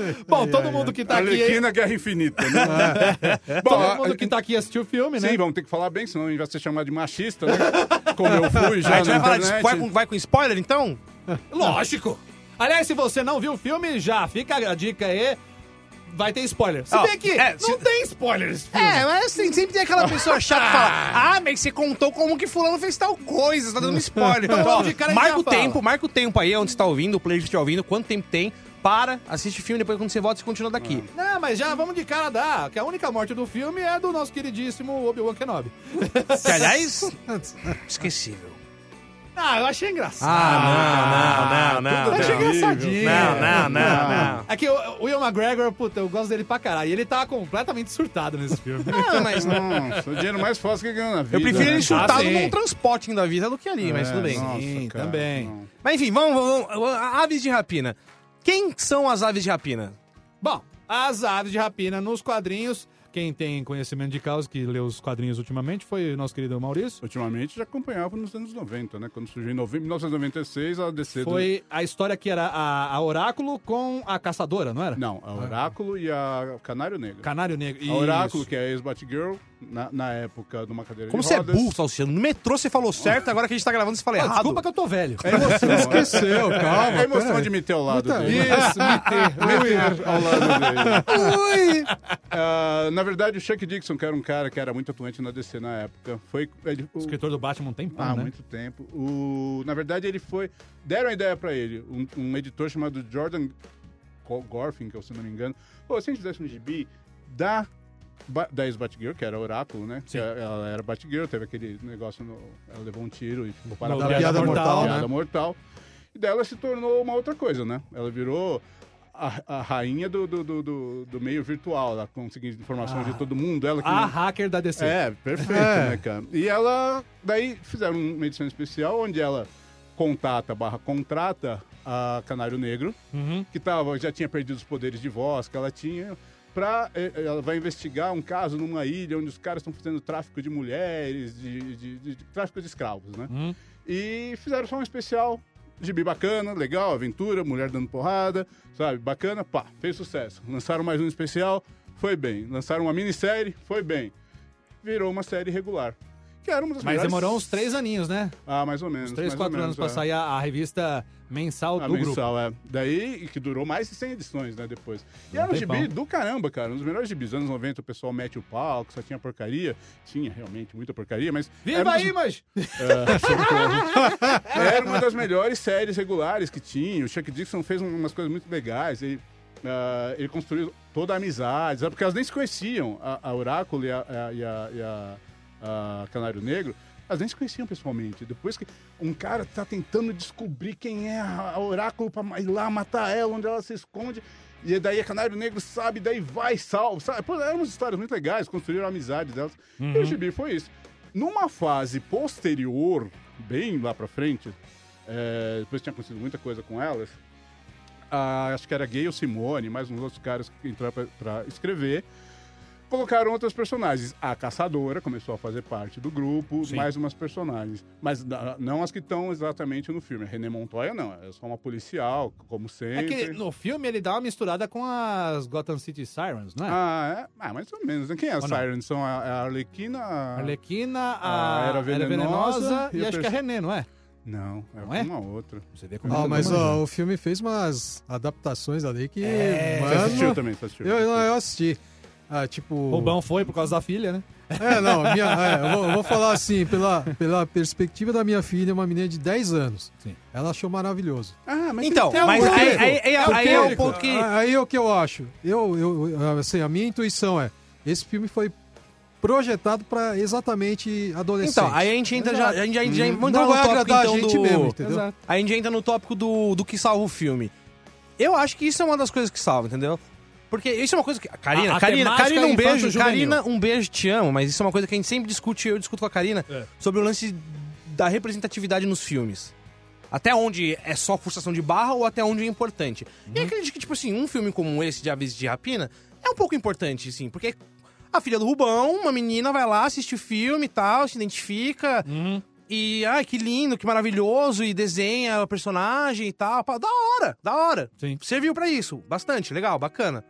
É, Bom, todo mundo que tá aqui. Arlequina, Guerra Infinita, né? Bom, Todo a- mundo que tá aqui assistiu o filme, né? Sim, vamos ter que falar bem, senão a gente vai ser chamado de machista, né? Como eu fui já a gente na vai falar de internet. vai com, vai com spoiler, então? Lógico! Aliás, se você não viu o filme, já fica a dica aí. Vai ter spoiler. Se Ó, bem que é, não se- tem spoiler nesse filme. É, mas assim, sempre tem aquela pessoa chata que fala: Ah, mas você contou como que fulano fez tal coisa, você tá dando spoiler. Então, logo ó, de cara a gente marca já o fala. tempo, marca o tempo aí, onde você tá ouvindo, o player que tá ouvindo, quanto tempo tem, para, assiste o filme, depois quando você volta, você continua daqui. Não, mas já vamos de cara dar, que a única morte do filme é do nosso queridíssimo Obi-Wan Kenobi. Que, aliás, esquecível. Ah, eu achei engraçado. Ah, não, não, tudo eu achei terrível. engraçadinho. né? Não, não, não, não. É que o o Will McGregor, puta, eu gosto dele pra caralho. E ele tá completamente surtado nesse filme. Ah, mas Nossa, o dinheiro mais fácil que ganhou na vida. Eu prefiro né? ele chutado sim. num transporte da vida do que ali, mas É, tudo bem. nossa, Sim, cara, também. não. Mas enfim, vamos, vamos, vamos- Aves de rapina. Quem são as aves de rapina? Bom, as aves de rapina nos quadrinhos. Quem tem conhecimento de causa, que leu os quadrinhos ultimamente, foi o nosso querido Maurício. Ultimamente já acompanhava nos anos 90, né? Quando surgiu em nove- 1996 a DC do- Foi a história que era a, a Oráculo com a Caçadora, não era? Não, a Oráculo e a Canário Negro. Canário Negro. A Oráculo, Isso. que é a ex-Batgirl, na, na época de uma cadeira Como de você é rodas. burro, Salsiano? No metrô você falou certo, agora que a gente tá gravando você fala Ah, errado. desculpa que eu tô velho. É emoção. Esqueceu, é calma. emoção peraí. de meter ao lado Puta, dele. Isso, me ter. Meter ao lado dele. Ui! Ah, na verdade, o Chuck Dixon, que era um cara que era muito atuante na DC na época, foi. Ele, o- Escritor do Batman tem pão, há né? Ah, muito tempo. O, na verdade, ele foi. Deram a ideia pra ele. Um, um editor chamado Jordan Go- Gorfinkel, se não me engano. Pô, se a gente fizesse um gibi da, Ba- da ex-Batgirl, que era a Oráculo, né? Que Sim. ela, ela era Batgirl, teve aquele negócio. No, ela levou um tiro e ficou Da parada. piada Piada mortal, mortal, né? piada mortal. E daí ela se tornou uma outra coisa, né? Ela virou. A, a rainha do, do, do- do, do meio virtual, ela conseguiu informação de todo mundo. Ela que Ah. A hacker da DC. é, perfeito, É. né, cara? E ela. Daí fizeram uma edição especial onde ela contata barra contrata a Canário Negro, Uhum. que tava, já tinha perdido os poderes de voz que ela tinha. Pra, eh, ela vai investigar um caso numa ilha onde os caras estão fazendo tráfico de mulheres, de, de- de- de- tráfico de escravos, né? Uhum. E fizeram só um especial, gibi bacana, legal, aventura, mulher dando porrada, sabe? Bacana, pá, fez sucesso. Lançaram mais um especial, foi bem. Lançaram uma minissérie, foi bem. Virou uma série regular. Que era uma das Mas melhores- demorou uns três aninhos, né? Ah, mais ou menos. Uns três, mais ou quatro anos menos, pra é. sair a, a revista mensal A do grupo. mensal, é. Daí, e que durou mais de 100 edições, né, depois. E Um era um gibi tempão. do caramba, cara. Um dos melhores gibis. Anos 90 o pessoal mete o pau, que só tinha porcaria. Tinha realmente muita porcaria, mas... era Viva um dos- aí, mas... É, socorro. É, Era uma das melhores séries regulares que tinha. O Chuck Dixon fez um- umas coisas muito legais. Ele, ah, ele construiu toda a amizade, sabe? Porque elas nem se conheciam. A, a Oráculo e a, a- e a- e a- a Canário Negro, elas nem se conheciam pessoalmente. Depois que um cara tá tentando descobrir quem é a a Oráculo pra ma- ir lá matar ela, onde ela se esconde. E daí a Canário Negro sabe, daí vai, salva. Sabe? Pô, eram umas histórias muito legais, construíram a amizade delas. E o Gibi foi isso. Numa fase posterior, bem lá pra frente, é, depois tinha acontecido muita coisa com elas, a- acho que era Gay ou Simone, mais uns outros caras que entraram pra, pra escrever, colocaram outras personagens. A Caçadora começou a fazer parte do grupo, Sim. mais umas personagens. Mas na- não as que estão exatamente no filme. A René Montoya não, é só uma policial, como É sempre. que no filme ele dá uma misturada com as Gotham City Sirens, não é? Ah, é? Ah, mais ou menos. né? Quem é a Ou não? Siren? São a, a Arlequina? A a- Arlequina, Ah, a Era Venenosa Venenosa e, e a acho que Pers- a René, não é? Não, Não é é? uma outra. Você vê como Ah, ele mas manja. ó, o filme fez umas adaptações ali que. É. Você assistiu mano, também, você assistiu. eu, eu, eu assisti. Ah, tipo. O Rubão foi por causa da filha, né? É, não, minha, é, eu, vou, eu vou falar assim, pela, pela perspectiva da minha filha, uma menina de 10 anos. Sim. Ela achou maravilhoso. Ah, mas Então, tem um mas aí, motivo. aí, aí- um aí é o motivo. ponto que. A- Aí é o que eu acho. Eu, eu, eu- assim, a minha intuição é: esse filme foi projetado pra exatamente adolescente. Então, aí a gente entra já. A gente, já- a gente já vamos entrar é Hum. não vai no tópico agradar então a gente do. mesmo, entendeu? Aí a gente entra no tópico do, do que salva o filme. Eu acho que isso é uma das coisas que salva, entendeu? Porque isso é uma coisa que. Karina, A- a Karina, temática Karina, é um beijo. infanto-juvenil. Karina, um beijo, te amo, mas isso é uma coisa que a gente sempre discute, eu discuto com a Karina, É. sobre o lance da representatividade nos filmes. Até onde é só forçação de barra ou até onde é importante. Uhum. E eu acredito que, tipo assim, um filme como esse de Aviso de Rapina é um pouco importante, sim, porque a filha do Rubão, uma menina, vai lá, assiste o filme e tal, se identifica. Uhum. E, ai, que lindo, que maravilhoso, e desenha o personagem e tal. pá, Da hora, da hora. Sim. Serviu pra isso, bastante, legal, bacana.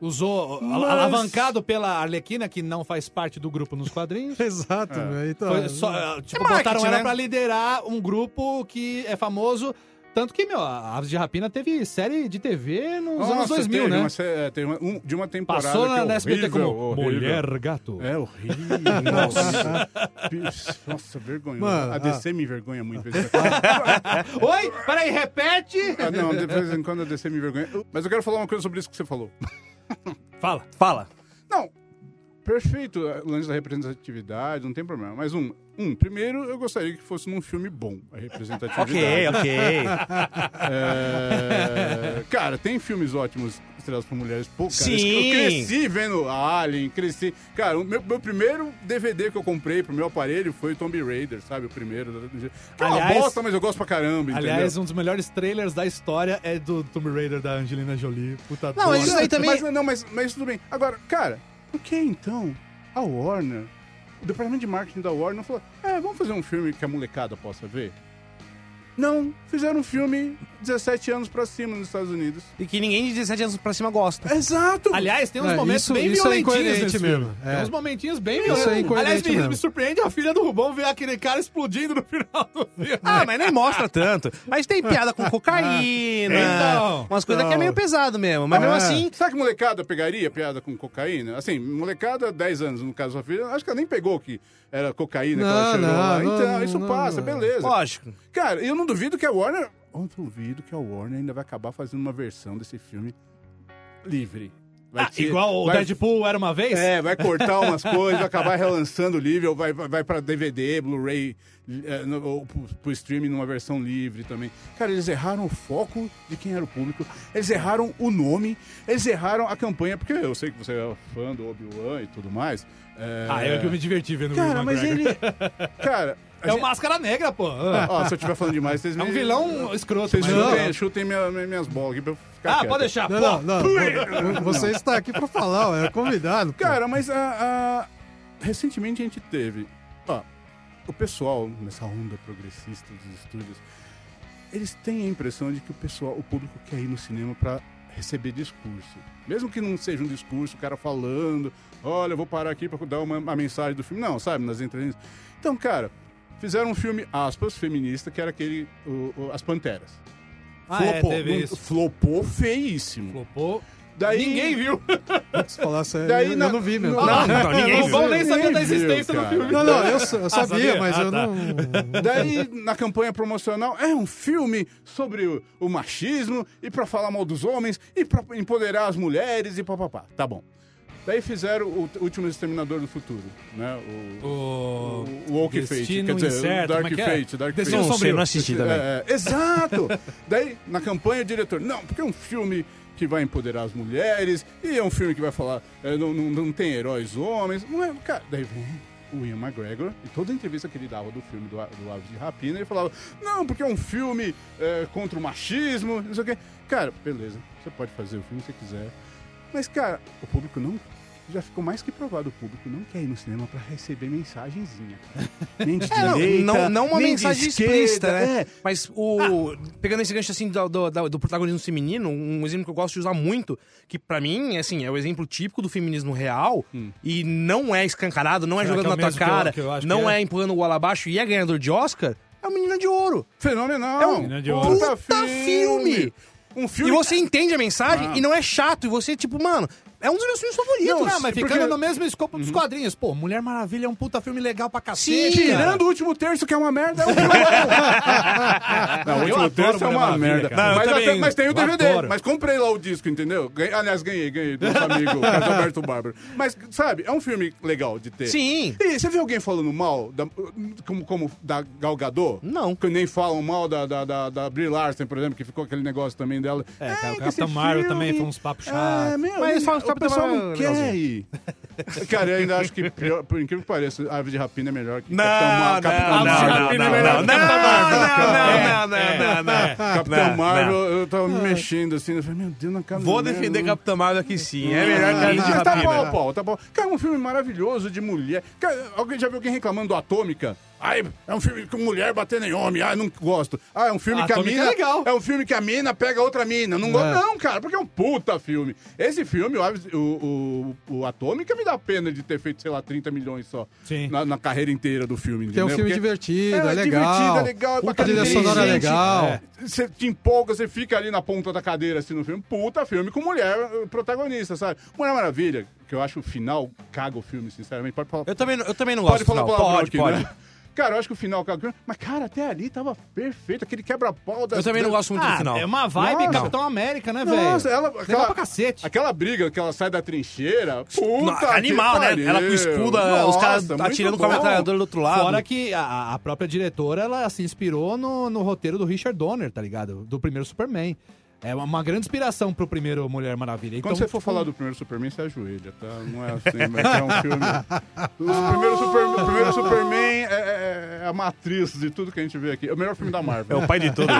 Usou, a- Mas- alavancado pela Arlequina, que não faz parte do grupo nos quadrinhos. Exato, É. né? Então, Foi só, tipo, marketing, botaram ela né? pra liderar um grupo que é famoso. Tanto que, meu, a Aves de Rapina teve série de TV nos Nossa, anos 2000, teve né? Uma, sé- teve uma- um- de uma temporada Passou que é na, na SBT horrível, como horrível. Mulher Gato. É horrível. Nossa, Bicho, nossa vergonhoso. Mano, a ah. DC me envergonha muito. de vez em Oi? Peraí, repete! quando. Ah, não, de vez em quando a DC me envergonha. Mas eu quero falar uma coisa sobre isso que você falou. Fala. Fala. Não, perfeito eh, o lance da representatividade, não tem problema. Mas um, um primeiro eu gostaria que fosse num filme bom a representatividade. Ok, ok. É, Cara, tem filmes ótimos estrelados por mulheres. Pô, cara, Sim. Eu cresci vendo Alien, cresci. Cara, o meu, meu primeiro DVD que eu comprei pro meu aparelho foi o Tomb Raider, sabe? O primeiro. Que é uma Aliás- bosta, mas eu gosto pra caramba, entendeu? Aliás, um dos melhores trailers da história é do Tomb Raider da Angelina Jolie. Puta Não, mas dor. isso aí também. Mas, não, mas, mas tudo bem. Agora, cara, por que então a Warner, o departamento de marketing da Warner, falou: é, vamos fazer um filme que a molecada possa ver? Não, fizeram um filme 17 anos pra cima nos Estados Unidos. E que ninguém de 17 anos pra cima gosta. Exato! Aliás, tem uns É, um momentos isso- bem isso é violentinhos incoerente nesse mesmo. filme. É. Tem uns momentinhos bem é violentos. incoerente Aliás, me, mesmo. me surpreende a filha do Rubão ver aquele cara explodindo no final do filme. Ah, mas nem mostra tanto. Mas tem piada com cocaína, Então, umas coisas que é meio pesado mesmo. Mas mesmo É. assim, Será Então, que molecada pegaria piada com cocaína? Assim, molecada, 10 anos, no caso da filha, acho que ela nem pegou que era cocaína que ela Não, cheirou não, lá. não, Então, não, isso não, passa, não. beleza. lógico. Cara, eu não duvido que a Warner. Eu não duvido que a Warner ainda vai acabar fazendo uma versão desse filme livre. Vai Ah, ter- igual o vai- Deadpool era uma vez? É, vai cortar umas coisas, vai acabar relançando livre, ou vai, vai, vai pra DVD, Blu-ray, eh, no- ou pro, pro streaming numa versão livre também. Cara, eles erraram o foco de quem era o público, eles erraram o nome, eles erraram a campanha, porque eu sei que você é fã do Obi-Wan e tudo mais. é- Ah, eu que me diverti vendo o Cara, Will mas McGregor. ele. Cara. a É o gente- Máscara Negra, pô. Ó, se eu estiver falando demais, vocês É um me- vilão escroto. Vocês mas- chutem, chutem minha- minha- minhas bolas aqui pra eu ficar. Ah, quieto. pode deixar, pô. Não, não, não. Vo- vo- Você está aqui pra falar, ó, é convidado. pô. Cara, mas a, a- recentemente a gente teve. Ó, o pessoal, nessa onda progressista dos estúdios, eles têm a impressão de que o pessoal, o público quer ir no cinema pra receber discurso. Mesmo que não seja um discurso, o cara falando, olha, eu vou parar aqui pra dar uma, uma mensagem do filme. Não, sabe, nas entrelinhas. Então, cara, fizeram um filme, aspas, feminista, que era aquele. o- o- As Panteras. Ah, é, teve não- isso. flopou feíssimo. Flopou. Daí, Ninguém viu. se falar sério, Daí eu, na- eu não vi mesmo. Não, Ah, não, ninguém O Rubão viu. nem sabia da Ninguém viu, existência do cara. filme. Não, não, eu, sa- eu sabia, sabia? mas Ah, eu tá. não. um Daí, na campanha promocional, é um filme sobre o, o machismo e pra falar mal dos homens e pra empoderar as mulheres e papapá. Tá bom. Daí fizeram o t- último Exterminador do Futuro, né? O, O... o Woke Fate, Destino quer dizer, Incerto, o Dark como é um que é? Fate, Dark Destino Fate. Não sei, sombrio. não assisti também. É, é, exato! Daí, na campanha, o diretor, não, porque é um filme que vai empoderar as mulheres, e é um filme que vai falar, é, não, não, não tem heróis homens, não é, cara. Daí vem o Ian McGregor, e toda a entrevista que ele dava do filme do, A- do Aves de Rapina, ele falava, não, porque é um filme é, contra o machismo, não sei o quê. Cara, beleza, você pode fazer o filme que você quiser, mas, cara, o público não... Já ficou mais que provado, o público não quer ir no cinema pra receber mensagenzinha. cara. Nem de É, não, direita, não, não uma nem de mensagem esquerda, explícita, né? é. Mas o. Pegando esse gancho assim do, do, da- do protagonismo feminino, um exemplo que eu gosto de usar muito, que pra mim, assim, é o exemplo típico do feminismo real e não é escancarado, não Hum. é Será que jogando é o na tua mesmo que eu- cara, que eu acho que não é? é. empurrando o gola abaixo e é ganhador de Oscar, é o Menina de Ouro. Fenomenal! É um Menina de Ouro. puta filme! Um E filme. você entende a mensagem Ah. e não é chato, e você, tipo, mano, é um dos meus filmes favoritos. Não, mas porque- ficando no mesmo escopo dos quadrinhos. Pô, Mulher Maravilha é um puta filme legal pra Sim, cacete. cara. Tirando o último terço, que é uma merda, é um filme bom. Não, o Eu último adoro terço é Mulher uma Maravilha, merda. cara. Não, eu mas, também até- mas tem o DVD. adoro. Mas comprei lá o disco, entendeu? Ganhei- aliás, ganhei, ganhei do nosso amigo Carlos Alberto Bárbaro. Mas, sabe, é um filme legal de ter. Sim. E você viu alguém falando mal da, como, como da Gal Gadot? Não. Que nem falam mal da, da, da, da Brie Larson, por exemplo, que ficou aquele negócio também dela. É, cara, o que Capitão esse Marvel também foi uns papos chatos. É, meu, Mas eles falam que o o Capitão pessoal Marvel não é quer legalzinho. ir. Cara, eu ainda acho que, pior- por incrível que pareça, Ave de Rapina é melhor que Não, Capitão não, Marvel. Capitão não, Marvel. não, não, não, não, não, não, não, não, não. Capitão Não, Marvel, eu tava me mexendo assim, eu falei, meu Deus, na cara Vou do defender mesmo. Capitão Marvel aqui sim. É melhor que a Mas gente tá rapina. bom, Paulo, tá bom. Cara, um filme maravilhoso de mulher. Cara, alguém já viu alguém reclamando do Atômica? Ai, é um filme com mulher batendo em homem. Ai, não gosto. Ah, é um filme que a Atômica é mina. legal. um filme que a mina pega outra mina. Não gosto. É. Não, cara, porque é um puta filme. Esse filme, o, Aves- o, o, o Atômica, me dá pena de ter feito, sei lá, 30 milhões só. Sim. Na, na carreira inteira do filme. Que é um entendeu? filme Porque- divertido, é legal. divertido, é legal, é Puta bacana, trilha inteligente. sonora legal. É. Você te empolga, você fica ali na ponta da cadeira, assim, no filme. Puta filme com mulher eh, protagonista, sabe? Mulher Maravilha, que eu acho o final caga o filme, sinceramente. Pode falar, Eu também, não- eu também não pode gosto. falar não. palavrão Pode, aqui, pode. né? Cara, eu acho que o final caga o filme. Mas, cara, até ali tava perfeito. Aquele quebra-pau da... Eu também não gosto muito do Ah, final. é uma vibe Nossa. Capitão América, né, velho? Nossa, ela... Legal pra cacete. Aquela briga que ela sai da trincheira, Não, puta que Animal, né? pariu. Ela com o escudo, os Nossa, caras muito atirando com a bom. metralhadora do outro Ah, lado. Fora que a, a própria diretora, ela se inspirou no, no roteiro do Richard Donner, tá ligado? Do primeiro Superman. É uma- uma grande inspiração pro primeiro Mulher Maravilha. Então, Quando você for falar do primeiro Superman, você ajoelha, tá? Não é assim, mas é um filme. O primeiro, Super- o primeiro Superman é, é- é a matriz de tudo que a gente vê aqui. É o melhor filme da Marvel. É o pai de todos.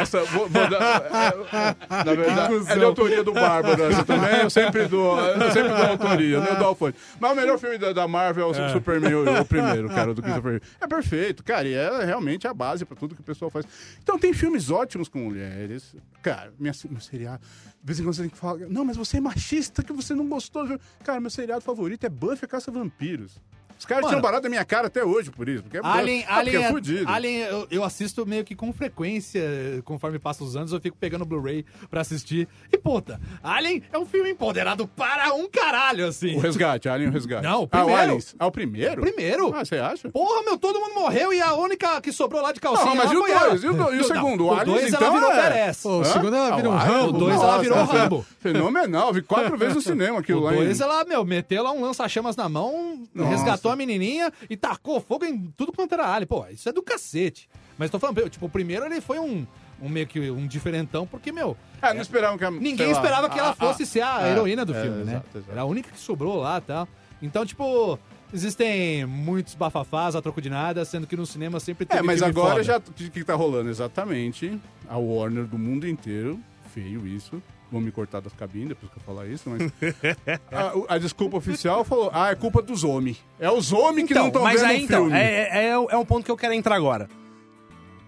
Essa, vou- vou dar- é- é- na verdade, é de autoria do Bárbaro essa também. Eu sempre dou, eu sempre dou autoria, né? Eu dou alfone. Mas o melhor filme da, da Marvel é o Superman, o, o primeiro, cara, do Christopher Reeve. É perfeito, cara, e é realmente a base pra tudo que o pessoal faz. Então tem filmes ótimos com mulheres. Cara, minha, meu seriado. De vez em quando você tem que falar, não, mas você é machista que você não gostou. viu?" Cara, meu seriado favorito é Buffy a Caça Vampiros. Os caras Mano. tinham barato da minha cara até hoje por isso. Porque é Alien, Buffy. Ah, porque Alien, é fudido. Alien eu, eu assisto meio que com frequência, conforme passa os anos, eu fico pegando Blu-ray pra assistir. E puta, Alien é um filme empoderado para um caralho, assim. O resgate, Alien o resgate. Não, o Ah, o primeiro. Alien. Ah, o primeiro? Primeiro. Ah, você acha? Porra, meu, todo mundo morreu e a única que sobrou lá de calcinha. Não, mas lá e o foi ela. dois? E o do- e o Não, segundo? O O Aliens, dois ela então, virou é- Perez. O segundo ela vira um Ah, Rambo. O dois ela Nossa, virou é Rambo. Fenomenal, vi quatro vezes no cinema aquilo O lá. dois, em... ela, meu, meteu lá um lança-chamas na mão, Nossa. resgatou a menininha e tacou fogo em tudo quanto era alien. Pô, isso é do cacete. Mas tô falando, tipo, o primeiro ele foi um, um meio que um diferentão, porque, meu, Ah, não esperavam que a, sei ninguém lá, esperava que a- ela a- fosse ser a é, heroína do é, filme, né? exato, exato. Era a única que sobrou lá e tal. Então, tipo, existem muitos bafafás a troco de nada, sendo que no cinema sempre tem. É, mas agora já. O que, que tá rolando? Exatamente. A Warner do mundo inteiro, feio isso. Vão me cortar das cabines depois que eu falar isso, mas. a, o- a desculpa oficial falou: ah, é culpa dos homens. É os homens que não estão mas vendo aí, o então, filme. é, é, é um- é um ponto que eu quero entrar agora.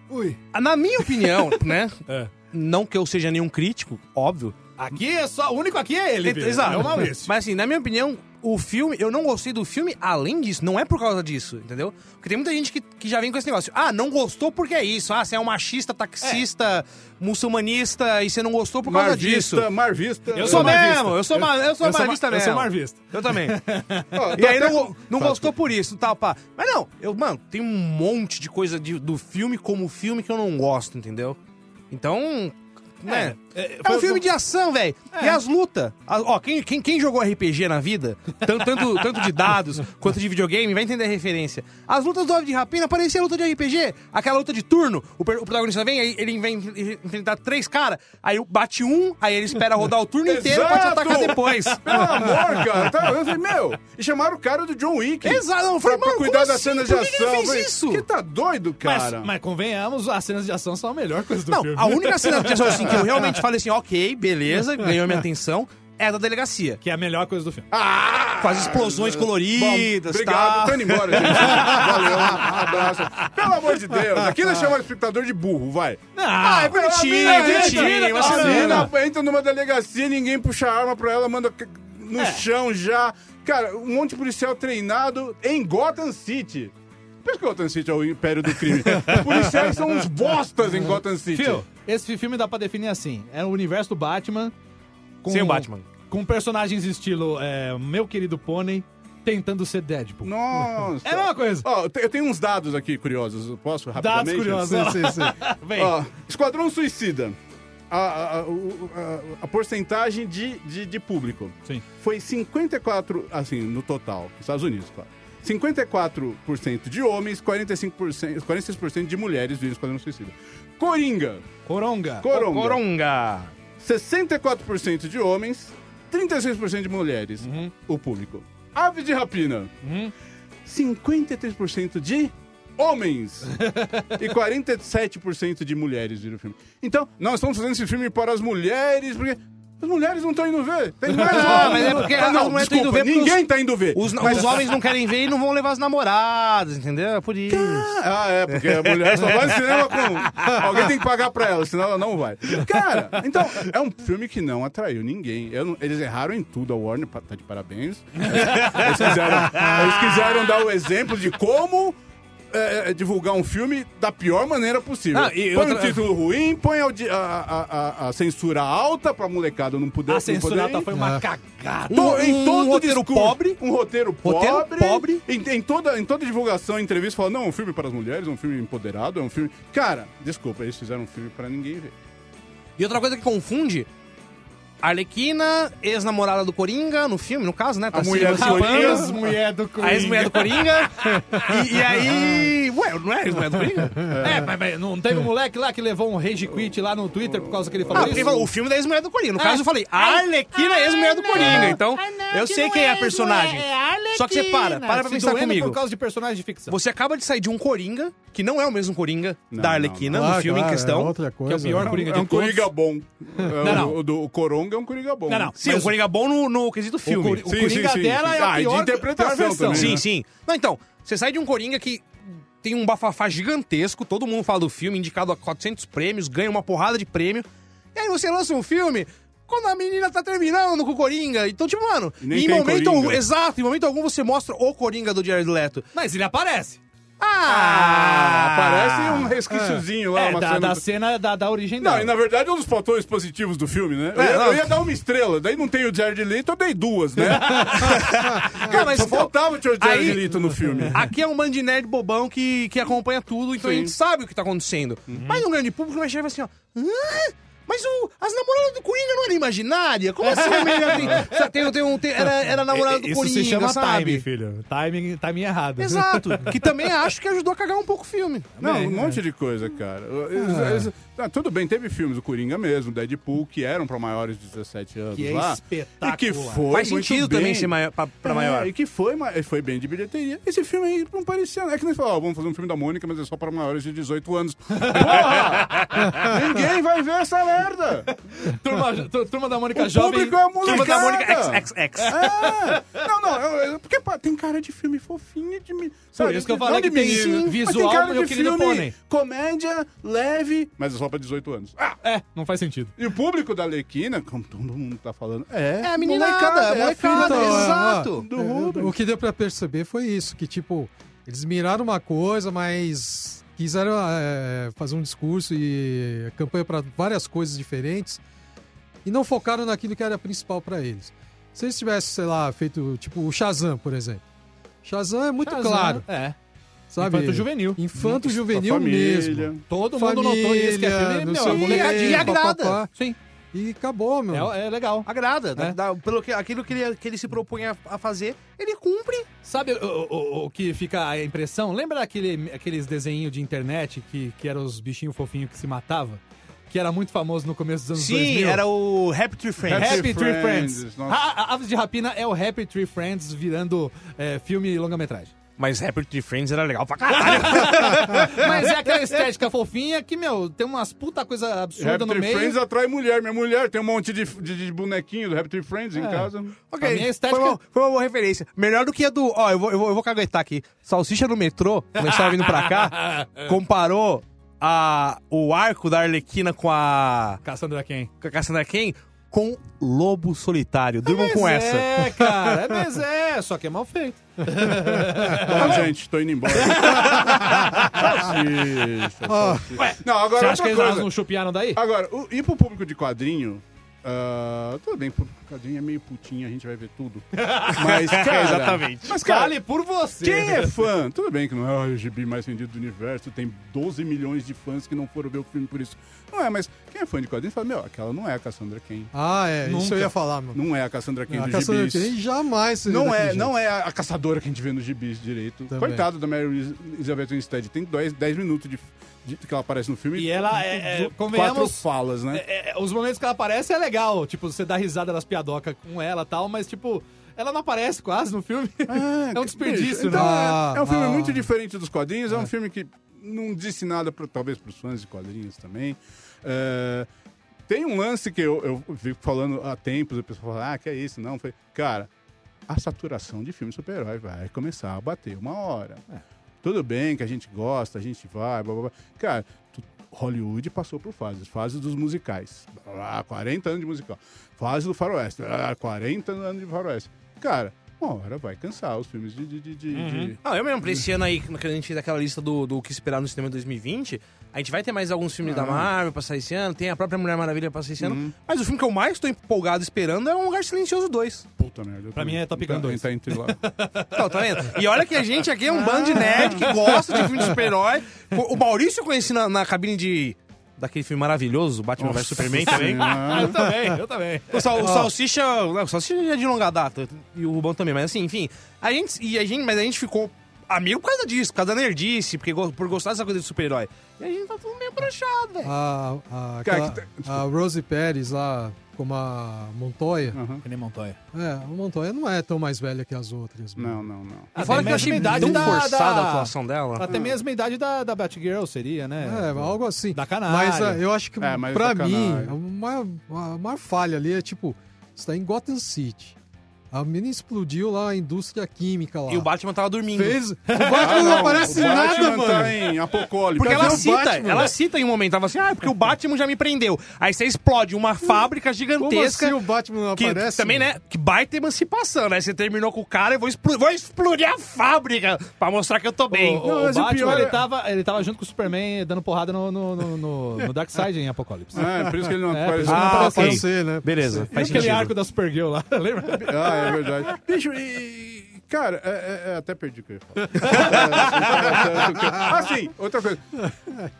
Ui. Ah, Na minha opinião, né? É. Não que eu seja nenhum crítico, óbvio. Aqui é só. O único aqui é ele. Ent- Pedro. Exato. É o Maurício. Mas assim, na minha opinião, o filme, eu não gostei do filme, além disso, não é por causa disso, entendeu? Porque tem muita gente que, que já vem com esse negócio. Ah, não gostou porque é isso. Ah, você é um machista, taxista, muçulmanista e você não gostou por causa disso. Marvista, marvista. Eu sou marvista. mesmo, eu sou, ma- eu sou eu sou marvista ma- eu mesmo. sou marvista. Eu também. Ó, E tô aí até não, com- não Fala, gostou por isso, tal, pá. Mas não, eu, mano, tem um monte de coisa de- do filme como filme que eu não gosto, entendeu? Então, né? É, É, é, foi- um filme de ação, velho. É. E as lutas. a- Ó, quem, quem, quem jogou RPG na vida, tan- tanto, tanto de dados quanto de videogame, vai entender a referência. As lutas do Ave de Rapina parecia luta de RPG. Aquela luta de turno. O, per- o protagonista vem, aí ele vem enfrentar três caras, aí bate um, aí ele espera rodar o turno inteiro pra te Exato! atacar depois. Pelo amor, cara. Tá, eu falei, meu. E chamaram o cara do John Wick. Exato, não, eu Pra, falei, pra mano, cuidar como das assim? cenas de Por ação. que que ele fez velho? isso? Que tá doido, Mas, cara. mas convenhamos, as cenas de ação são a melhor coisa do Não, filme. a única cena de ação assim, que eu realmente falei assim, ok, beleza, ganhou minha atenção, é a da delegacia. Que é a melhor coisa do filme. Ah! Com as explosões coloridas, Obrigado, tá? tô indo embora, gente. Valeu, um abraço. Pelo amor de Deus, aqui nós chamamos o espectador de burro, vai. Ah, é bonitinho, Ah, bonitinho, uma a né? cena. menina entra numa delegacia, ninguém puxa a arma pra ela, manda c- no É. chão já. Cara, um monte de policial treinado em Gotham City. Por isso que Gotham City é o império do crime. Os policiais são uns bostas em Gotham City. Fio, esse filme dá pra definir assim. É o universo do Batman. Com, Sem o Batman. Com personagens estilo é, Meu Querido Pônei tentando ser Deadpool. Nossa. É a mesma coisa. Ó, eu te- eu tenho uns dados aqui curiosos. Posso rapidamente? Dados curiosos. Sim, sim, sim. Vem. Ó, Esquadrão Suicida. A, a- a- o- a- a porcentagem de, de, de público Sim. foi 54, assim, no total, Estados Unidos, claro. 54% de homens, 45%, 46% de mulheres viram Esquadrão Suicida. Coringa. Coronga. Coronga. Coronga. 64% de homens, 36% de mulheres, Uhum. o público. Ave de rapina. 53% de homens e 47% de mulheres viram o filme. Então, nós estamos fazendo esse filme para as mulheres, porque as mulheres não estão indo ver. Tem mais Ah, homens. mas é porque Ah, não, as mulheres estão desculpa, indo ver porque ninguém os- está indo ver. Os, os homens não querem ver e não vão levar as namoradas, entendeu? É por isso. Ah, é, porque a mulher só vai no cinema com. um. Alguém tem que pagar pra ela, senão ela não vai. Cara, então, é um filme que não atraiu ninguém. Eu não- eles erraram em tudo, a Warner pa- tá de parabéns. Eles quiseram, eles quiseram dar o exemplo de como. é, é, divulgar um filme da pior maneira possível. Ah, e põe um outra- título ruim, põe audi- a, a- a- a censura alta pra molecada não poder. A não poder Ah. censura ir. alta foi uma cagada. To- em Um- um todo roteiro discurso- pobre. Um roteiro pobre. Roteiro pobre. Em, em toda, em toda divulgação, entrevista, fala: não, é um filme para as mulheres, é um filme empoderado, é um filme. Cara, desculpa, eles fizeram um filme para ninguém ver. E outra coisa que confunde Arlequina, ex-namorada do Coringa, no filme, no caso, né? Tá A mulher se do Coringa. emancipando. Ex-mulher do Coringa. A ex-mulher do Coringa. e, e aí. Ué, não é a ex-mulher do Coringa? É, mas, mas não teve um moleque lá que levou um rage quit lá no Twitter por causa que ele falou Ah, isso? porque ele falou o filme da ex-mulher do Coringa. No É. caso, eu falei, a Arlequina é ex-mulher do Coringa. Então, eu sei quem é a personagem. Só que você para, para pra Se pensar doendo comigo. por causa de personagem de ficção. Você acaba de sair de um Coringa, que não é o mesmo Coringa Não, da não, Arlequina, não. no filme Claro, em é questão. outra Que coisa. é o pior É um- Coringa É um de todos. Coringa bom. É, não. O, o do o Coronga é um Coringa bom. Não, não. Sim, Mas o Coringa bom no, no quesito O, filme. Cori- o Sim, Coringa sim, sim, dela sim. é a Ah, e de pior, interpretação pior versão. também, Sim, né? sim. Não, então, você sai de um Coringa que tem um bafafá gigantesco, todo mundo fala do filme, indicado a 400 prêmios, ganha uma porrada de prêmio. E aí você lança um filme quando a menina tá terminando com o Coringa. Então, tipo, mano, Nem em tem momento Coringa. algum, exato, em momento algum você mostra o Coringa do Jared Leto. Mas ele aparece. Ah, Ah, parece um resquíciozinho lá, é, uma da, cena da do- cena da, da origem Não, dela. e na verdade é um dos fatores positivos do filme, né? Eu, É, ia, não. eu ia dar uma estrela, daí não tem o Jared Leto, eu dei duas, né? Não, mas Só então, faltava o Jared aí- Leto no filme. Aqui é um bando de nerd bobão que, que acompanha tudo, então a gente sabe o que tá acontecendo. Mas no grande público vai chegar e vai assim, ó. "Hã? Mas o- as namoradas do Coringa não eram imaginárias? Como assim a menina tem, só tem, tem um- tem- era, era namorada do Isso Coringa, se chama sabe? timing, filho. Timing, timing errado. Exato. Que também acho que ajudou a cagar um pouco o filme. Não, um monte de coisa, cara. Eles- eles- ah, tudo bem, teve filmes do Coringa mesmo, Deadpool, que eram pra maiores de 17 anos Que é lá. E que espetacular. foi Faz muito sentido bem. também ser maior, pra, pra É, maior. E que foi, ma- foi bem de bilheteria. Esse filme aí não parecia. É que nós falamos, ó, vamos fazer um filme da Mônica, mas é só para maiores de 18 anos. Porra! Ninguém vai ver essa merda! Turma, tu- turma da Mônica O Jovem. público é a molecada! Turma da Mônica XXX. É. Não, não, eu- eu- porque pá, tem cara de filme fofinho de me- sabe, isso que eu não falei de que tem menino, mas visual, cara meu de querido filme pônei. Comédia leve, mas é só pra 18 anos. Ah, É, não faz sentido. e o público da Lequina, como todo mundo tá falando, é, É a meninada, molecada, é a molecada, filha é. do- Exato. do Rubens. O que deu pra perceber foi isso, que tipo, eles miraram uma coisa, mas quiseram é, fazer um discurso e campanha para várias coisas diferentes e não focaram naquilo que era principal para eles. Se eles tivessem, sei lá, feito tipo o Shazam, por exemplo. Shazam é muito Shazam, claro, É. sabe? Infanto juvenil. Infanto Da juvenil família. mesmo. Todo mundo Família, notou isso, que é filme, não meu, sei a o quê, molecadinha pá, agrada. pá, pá. Sim, E acabou, meu. é, é legal. Agrada. dá- É. dá- pelo que, aquilo que ele, que ele se propõe a, a fazer, ele cumpre. Sabe o, o- o que fica a impressão? Lembra aquele, aqueles desenhos de internet que, que eram os bichinhos fofinhos que se matavam? Que era muito famoso no começo dos anos 2000? o Happy Tree Friends. Happy Happy Tree Friends. Friends, nossa. A, a Ah, Aves de Rapina é o Happy Tree Friends virando é, filme e longa-metragem. Mas Happy Tree Friends era legal pra caralho. Mas é aquela estética fofinha que, meu, tem umas puta coisa absurda no Raptor meio. Friends é atrai mulher. Minha mulher tem um monte de, de, de bonequinho do Raptor Friends em casa. Ok, A minha estética- foi, uma, foi uma boa referência. Melhor do que a do. Ó, eu vou, eu vou, eu vou caguetar aqui. Salsicha no metrô, quando eu estava vindo pra cá, comparou a, o arco da Arlequina com a, Cassandra quem? com a Cassandra Cain com Lobo Solitário. Durmam com Mas essa. É, cara, é, mas é, só que é mal feito. Bom, gente, tô indo embora. Salsicha, salsicha. Não, Você agora acha que é outra eles um elas coisa. não chupiaram daí? Agora, o, ir pro público de quadrinho... ah, tudo bem, público de quadrinho é meio putinho, a gente vai ver tudo. Mas, cara... Exatamente. Mas, cara, Fale por você. quem é fã? Tudo bem que não é o gibi mais vendido do universo, tem 12 milhões de fãs que não foram ver o filme por isso. Não é, mas quem é fã de quadrinho fala, meu, aquela não é a Cassandra Cain. Ah, é, isso eu ia falar, meu. Ah, Não é a Cassandra Cain a do Cassandra gibis. Cain jamais seria Não daquele é, jeito. não é a a caçadora que a gente vê nos gibis direito. Também. Coitado da Mary Elizabeth Winstead. Tem 10 minutos de, de- que ela aparece no filme. E ela é, é, Du- Quatro convenhamos, falas, né? é, é, os momentos que ela aparece é legal. Tipo, você dá risada das piadocas com ela e tal, mas, tipo, ela não aparece quase no filme. é um desperdício, Ah, Então, né? Ah, é, é um filme ah. muito diferente dos quadrinhos. É, um filme que não disse nada, pra, talvez, para os fãs de quadrinhos também. É, tem um lance que eu, eu fico falando há tempos. O pessoal fala, ah, que é isso? Não, foi... Cara, a saturação de filme super-herói vai começar a bater uma hora. É. Tudo bem que a gente gosta, a gente vai, blá, blá, blá. Cara, tu- Hollywood passou por fases. Fases dos musicais. Blá, blá, blá, 40 anos de musical. Fase do faroeste. Blá, blá, blá, 40 anos de faroeste. Cara, uma hora vai cansar os filmes de... de, de, de- Uhum. de- Não, eu mesmo, pra esse ano aí, quando a gente daquela lista do, do que esperar no cinema 2020, a gente vai ter mais alguns filmes da Marvel pra sair esse ano, tem a própria Mulher Maravilha pra sair esse ano, mas o filme que eu mais tô empolgado esperando é Um Lugar Silencioso 2. Puta merda. eu Pra mim também. é Top Gun Tá- 2. Tá entre lá. Então, tá vendo? E olha que a gente aqui é um bando de nerd que gosta de filme de super-herói. O Maurício eu conheci na, na cabine de daquele filme maravilhoso, Batman vs Superman também. eu também, eu também. O, sal, o Salsicha. não, O Salsicha é de longa data. E o Rubão também, mas assim, enfim. A gente, e a gente, mas a gente ficou amigo por causa disso, por causa da nerdice, porque, go- por gostar dessa coisa de super-herói. E a gente tá tudo meio bruxado, velho. A, a, Cara, aquela- que tá- a Rose Pérez lá, como a Montoya. Que nem Montoya. É, a Montoya não é tão mais velha que as outras. né? Não, não, não. E fora que eu achei tão forçada a Ah, atuação dela. Até mesmo a idade da, da Batgirl seria, né? É, algo assim. Da canalha. Mas ah, eu acho que, É, mas pra mim, sacanagem. a maior, a maior falha ali é tipo, está em Gotham City. A menina explodiu lá a indústria química lá. E o Batman tava dormindo. fez. O Batman não aparece Ah, o nada, Batman mano. Tá em Apocalipse. Porque Cadê ela o cita, Batman? ela cita em um momento, tava assim, ah, é porque o Batman já me prendeu. Aí você explode uma fábrica Como assim gigantesca. o Batman não que aparece? também, né? Que baita emancipação, né? Você terminou com o cara, eu vou, explo- vou explodir a fábrica pra mostrar que eu tô bem. O, Não, o mas o Batman, pior é- ele, tava, ele tava junto com o Superman dando porrada no, no, no, no, no Darkseid em Apocalipse. Ah, é por isso que ele não É, aparece. por isso Ah, Pode ok. ser, né? Beleza, E faz aquele sentido. arco da Supergirl lá, lembra? Ah, é verdade. Bicho, e. Cara, é, é- é, até perdi o que eu ia falar. Ah, sim, outra coisa.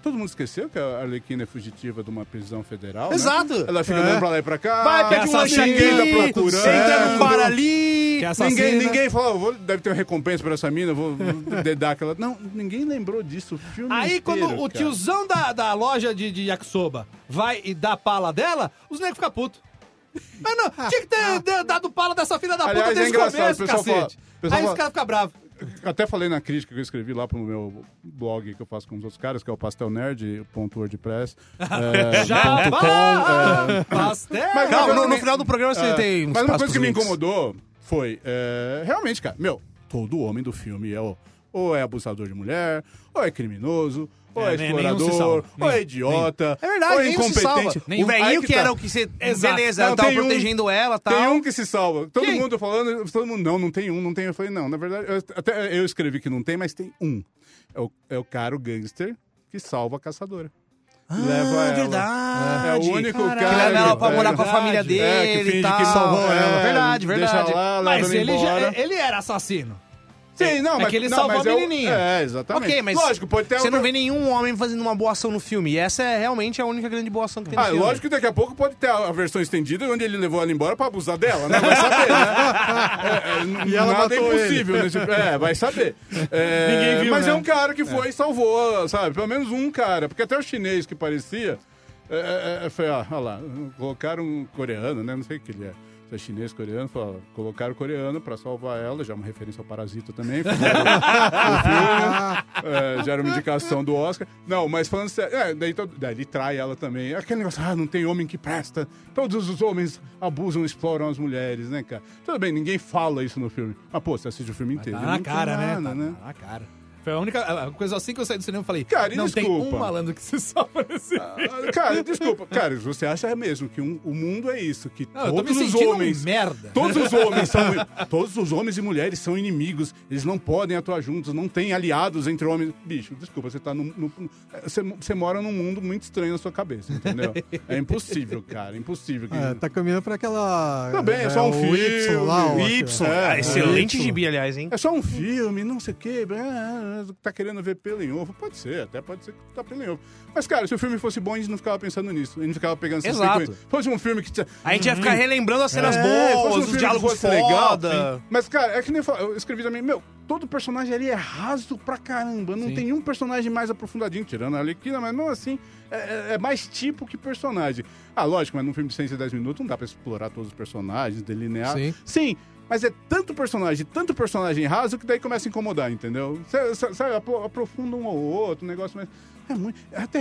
Todo mundo esqueceu que a Arlequina é fugitiva de uma prisão federal. né? Exato. É. Ela fica andando pra lá e pra cá. Vai, pede um Essa lanche aqui, ninguém tá procurando. entra num bar ali. Que é assassina. Ninguém, ninguém fala, "Eu vou- deve ter uma recompensa pra essa mina, eu vou vou dedar aquela. Não, ninguém lembrou disso. O filme Aí quando inteiro, o cara. tiozão da, da loja de, de yakisoba vai e dá pala dela, os negros ficam putos. Mas não, tinha que ter de- dado pala dessa filha da puta Aliás, é desde o engraçado, começo, o pessoal fala- cacete. o pessoal Aí os fala- caras ficam bravos. Até falei na crítica que eu escrevi lá pro meu blog que eu faço com os outros caras, que é o pastelnerd.wordpress. É, Né? Já, ponto ah, com, é. pastel! Mas Não, no, no ninguém- final do programa você É, tem uns Mas uma coisa passos que me links. incomodou foi, é, realmente, cara, meu, todo homem do filme é o- ou é abusador de mulher, ou é criminoso, ou é, É, nem- um nenhum se explorador, salva. ou é Nem- idiota, É verdade, ou é nem se salva. incompetente. O velhinho Aí que, tá. era o que você... é, Exato. Beleza, Não, ela tava tem um- protegendo ela tá? e tal. Tem um que se salva. Todo Quem? mundo falando, todo mundo, não, não tem um, não tem. Eu falei, não, na verdade, eu- até eu escrevi que não tem, mas tem um. É o, é o cara, o gangster, que salva a caçadora. Ah, Leva ela. verdade. É o único Caralho. cara Que leva ela pra que morar com pega- a família É, que dele é, que finge e tal. que salvou É, ela. Verdade, verdade. Deixa lá, leva Mas ela ele, embora. é, já, é, ele era assassino. Sim, não, É mas que ele não, salvou mas a é o- menininha. É, exatamente. Ok, mas Lógico, pode ter você não outra- vê nenhum homem fazendo uma boa ação no filme. E essa é realmente a única grande boa ação que tem no Ah, filme. lógico que daqui a pouco pode ter a a versão estendida onde ele levou ela embora pra abusar dela, né? Vai saber, né? É, é, E ela nada é matou impossível. Nesse... É, vai saber. É, Ninguém viu, mas né? é um cara que foi e salvou, sabe? Pelo menos um cara. Porque até o chinês que parecia... É, é, é, foi, ah, olha lá, colocaram um coreano, né? Não sei o que ele é. Se é chinês, coreano, fala, colocaram o coreano pra salvar ela, já é uma referência ao Parasita também. fizeram É, já era uma indicação do Oscar. Não, mas falando sério, é, daí, to- daí ele trai ela também. Aquele negócio, ah, não tem homem que presta. Todos os homens abusam, exploram as mulheres, né, cara? Tudo bem, ninguém fala isso no filme. Mas, pô, você assiste o filme inteiro. Tá na não tem cara, né? nada, Tá na cara. Foi a única a coisa assim que eu saí do cinema e falei: Cara, e não tem desculpa? um malandro que se salva nesse. filme. Ah, Cara, desculpa. Cara, você acha mesmo que um- o mundo é isso? Que Não, eu tô me todos os sentindo um homens. merda. Todos os homens são. Todos os homens e mulheres são inimigos. Eles não podem atuar juntos, não tem aliados entre homens. Bicho, desculpa, você tá num- no. no- Você, você mora num mundo muito estranho na sua cabeça, entendeu? É impossível, cara. É impossível. Que... É, Ah, tá caminhando pra aquela. né, Tudo bem, é só um o filme. Y lá, o- Y. É, Ah, é, excelente Y. gibi, aliás, hein? É só um filme, não sei o quê. ah, ah, Tá querendo ver pelo em ovo. Pode ser, até pode ser que tá pelo em ovo. Mas, cara, se o filme fosse bom, a gente não ficava pensando nisso. A gente ficava pegando essas Exato. frequências. Fosse um filme que. tinha- A gente ia ficar relembrando as cenas É, fosse um boas, filme os que diálogos fosse foda. sim. Mas, cara, é que nem eu, falo, eu escrevi também, meu, todo personagem ali é raso pra caramba. Não tem um personagem mais aprofundadinho, tirando a Arlequina, mas não assim, é, é- é mais tipo que personagem. Ah, lógico, mas num filme de 110 minutos não dá pra explorar todos os personagens, delinear. Sim. Sim, mas é tanto personagem, tanto personagem raso que daí começa a incomodar, entendeu? Sa- sa- Sabe, apro- aprofunda um ou outro, um negócio mais. É muito. Até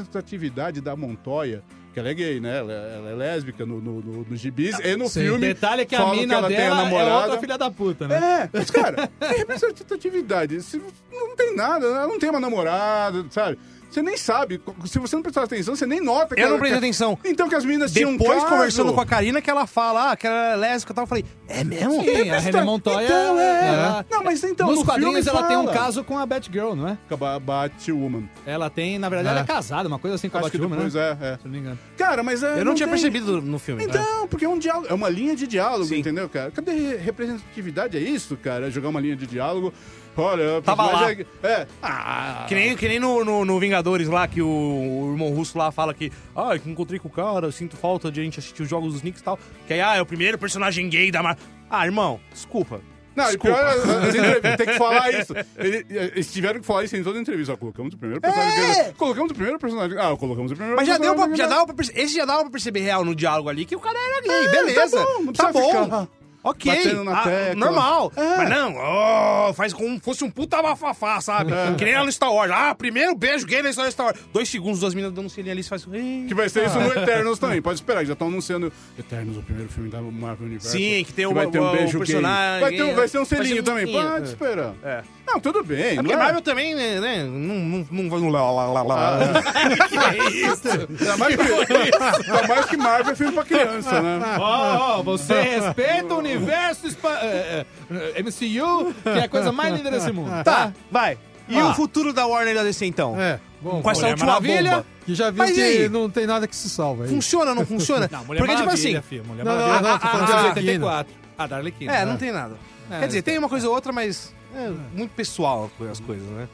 representatividade da Montoya, que ela é gay, né? Ela, ela é lésbica no, no, no, no gibis e no Sim. O filme. detalhe é que a falam mina ela tem a dela é namorada. outra filha da puta, né? É, mas, cara, é representatividade. Se não tem nada, né? ela não tem uma namorada, sabe? Você nem sabe. Se você não prestar atenção, você nem nota que Eu não ela- prestei que- atenção. Então que as meninas tinham um Depois, caso. conversando com a Karina, que ela fala ah, que ela é lésbica e tal, eu falei, é mesmo? Sim, a René Montoya. Então, é. ela- Não, mas então, né? Nos no quadrinhos filme ela tem um fala. caso com a Batgirl, não é? Acaba- Batwoman. Ela tem, na verdade, É. ela Ah. é casada, uma coisa assim com a Acho que Batwoman, né? depois Se é, é. eu não me engano. Cara, mas é, Eu não, tinha tem- percebido no filme. né? Então, porque é um diálogo, é uma linha de diálogo, Sim. entendeu, cara? Cadê re- representatividade? É isso, cara? É jogar uma linha de diálogo. Olha, Tava mas É, é. Ah, Que nem, que nem no, no, no Vingadores lá, que o, o irmão russo lá fala que, ah, eu encontrei com o cara, eu sinto falta de a gente assistir os jogos dos Knicks e tal. Que aí, ah, é o primeiro personagem gay da Marvel. Ah, irmão, desculpa. Não, e Desculpa. pior, é, as entrevistas, tem que falar isso. Ele- Eles tiveram que falar isso em toda a entrevista. Ó, colocamos o primeiro personagem. É! Colocamos o primeiro personagem. Ah, colocamos o primeiro Mas já deu personagem. pra, já dava pra perce- Esse já dava pra perceber real no diálogo ali que o cara era gay, beleza. tá bom, não precisa ficar Ok, batendo na ah, tecla. É. normal. Mas não, ó, faz como fosse um puta bafafá, sabe? É. Que nem ela no Star Wars. Ah, primeiro beijo gay na história do Star Wars. Dois segundos, duas meninas dando um selinho ali, você faz... Que vai ser isso no Ah. Eternos também. Pode esperar, que já estão anunciando Eternos, o primeiro filme da Marvel Universe. Sim, que tem o- vai ter um o- o beijo gay. personagem, Vai, ter um- vai ser um vai ser selinho um também. selinho. Pode esperar. É. Não, tudo bem. É não porque Marvel também, né, né, não, não, não vai no lá, lá, lá, lá. Ah. que é isso? Ainda mais, que, ainda mais que Marvel é filme pra criança, né? Ó, ó, você respeita o universo espa- é, é, é, MCU, que é a coisa mais linda desse mundo. Tá, vai. E Ah. o futuro da Warner da DC, então? É, bom, Com essa Mulher última Maravilha. bomba. que já viu Mas e que aí? não tem nada que se salva. aí. Funciona, não funciona? Não, Mulher porque, tipo É Maravilha, assim... filho, Mulher Não, não, Maravilha. não, tô falando de Ah, ah, Arlequina. 84. Ah, da Arlequina. É, não tem nada. É, Quer dizer, tem uma coisa ou outra, mas é muito pessoal as coisas, né?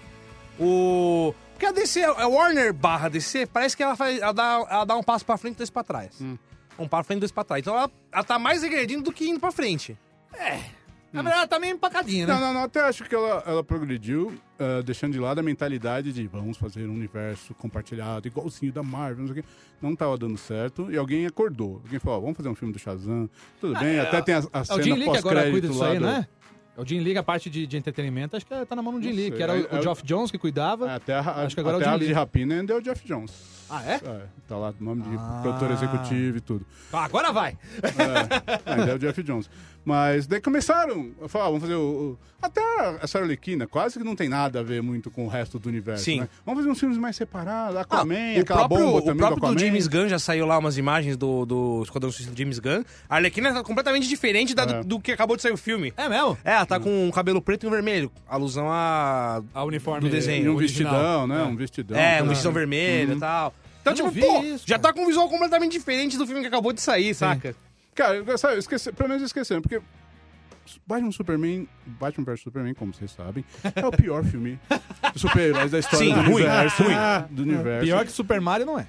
O. Porque a DC, a Warner barra DC, parece que ela, faz, ela, dá, ela dá um passo pra frente e dois pra trás. Um passo pra frente e dois pra trás. Então ela, ela tá mais regredindo do que indo pra frente. Na verdade, ela tá meio empacadinha, né? Não, não, não. Até acho que ela, ela progrediu, ah, deixando de lado a mentalidade de vamos fazer um universo compartilhado, igualzinho da Marvel, não sei o quê. Não tava dando certo e alguém acordou. Alguém falou, ó, vamos fazer um filme do Shazam. Tudo bem, até tem a, a É o Jim cena Lee que agora cuida pós-crédito disso lá. aí, do- né? É o Jim Lee, a parte de, de entretenimento, acho que tá na mão do Jim Não Lee, sei, que era é- o, é o o- Geoff Jones que cuidava. Até a, Acho que agora é o até Jim a ave Lee. de rapina ainda é o Jeff Jones. Ah, é? É, tá lá o nome de produtor executivo e tudo. Ah, agora vai! É, ainda é o Jeff Jones. Mas daí começaram a falar, "Ah, vamos fazer o. o- até a Sarah Lequina quase que não tem nada a ver muito com o resto do universo. Sim. né? Vamos fazer uns filmes mais separados, Aquaman, Ah, o aquela próprio, bomba o também próprio do Aquaman. do James Gunn já saiu lá umas imagens do, do Esquadrão Suicida do James Gunn. A Arlequina tá completamente diferente da, É. do, do que acabou de sair o filme. É mesmo? É, ela tá com um cabelo preto e um vermelho. Alusão a. A uniforme Do desenho. E um original. vestidão, né? Um Então, vestidão. É, tudo. um vestido vermelho e tal. Então, Uhum. Eu não tipo, vi pô, isso, já tá cara. com um visual completamente diferente do filme que acabou de sair, saca? Cara, eu- sabe, eu esqueci, pelo menos esquecendo, porque Batman Superman, Batman vs Superman, como vocês sabem, é o pior filme de super-heróis da história Sim, do, ruim, universo, ruim. do universo. Pior que Super Mario não é.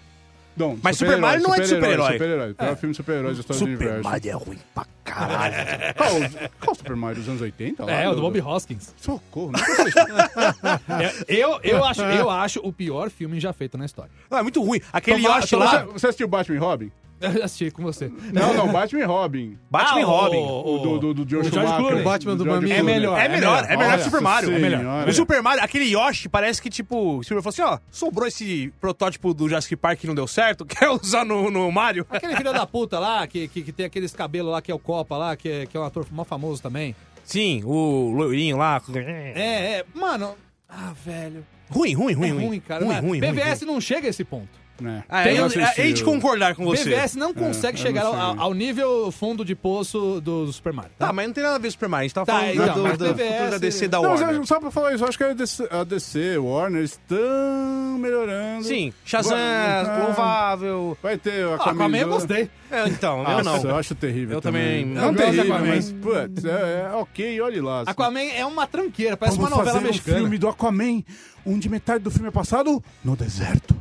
Não, Mas Super Mario não é de super-herói. Super-herói, o pior filme de super-heróis da história do universo. é ruim pra caralho. Qual, qual Super Mario dos anos 80? Lá, É, o do Bob Hoskins. Socorro, nunca assisti. É, eu, eu, acho, eu acho o pior filme já feito na história. Não, é muito ruim. Aquele Toma- Yoshi toma- você, lá. você assistiu Batman e Robin? Eu assisti com você. Não, não, Batman e Robin. Batman e Ah, Robin. o- O do, do, do o George George Schumacher. Clooney. O Batman do George Bambi. Clooney. É melhor. É melhor, é melhor que Nossa Super Mario. É melhor. senhora. O Super Mario, aquele Yoshi, parece que, tipo, o Silver falou assim: ó, sobrou esse protótipo do Jurassic Park que não deu certo, quer usar no, no Mario? Aquele filho da puta lá, que, que, que tem aqueles cabelos lá, que é o Copa lá, que é, que é um ator mó famoso também. Sim, o loirinho lá. É, é. Mano. Ah, velho. Ruim, ruim, ruim. é ruim, cara. Ruim, Mas ruim, ruim, PVS não chega a esse ponto. É. Ah, Tem eu, um- eu, hei de concordar com você. PVS não consegue eu chegar não ao, sei. ao- ao nível fundo de poço do, do Super Mario. Tá, mas não tem nada a ver com o Super Mario. A gente tava Tá, falando então, do, mas do, PVS futuro da DC da Não, mas Warner. eu- só pra falar isso, eu acho que a DC, a DC, Warner, estão melhorando. Sim, Shazam, Vai- louvável. Vai ter a Ah, Aquaman eu gostei. Então. É, então, eu não. Nossa, eu acho terrível Eu também. também- Não Eu gosto de terrível, Aquaman. mas, putz, é, é ok, olhe lá. assim. Aquaman é uma tranqueira, parece Vamos uma novela fazer mexicana. um filme do Aquaman, onde metade do filme é passado no deserto.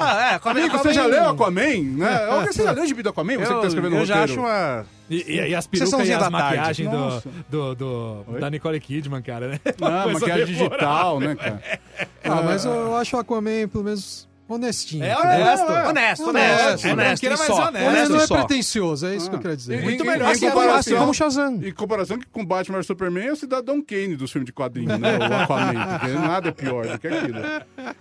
Ah, é, Aquaman, Amigo, você já leu Aquaman? Né? Olha, Você já leu o gibi do Aquaman? Você que Eu, tá escrevendo o eu já acho roteiro. uma... E, e- e as perucas e Sessãozinha as da tarde. maquiagens Nossa. do, do, do- Oi? da Nicole Kidman, cara, né? Uma Ah, coisa memorável. maquiagem digital, né, cara? Ah, mas eu, eu acho o Aquaman, pelo menos, honestinho. É entendeu? honesto. É, Honesto, é. honesto, Honesto, é honesto, tranqueira, e mas só. honesto. Ele Honesto não e é só. é pretensioso, é isso que eu quero dizer. Muito Em- melhor em assim, que a comparação Marvel. com o Shazam. Em comparação que com Batman vs Superman é o Cidadão Kane dos filmes de quadrinhos, né? O Aquaman, porque nada é pior do que aquilo.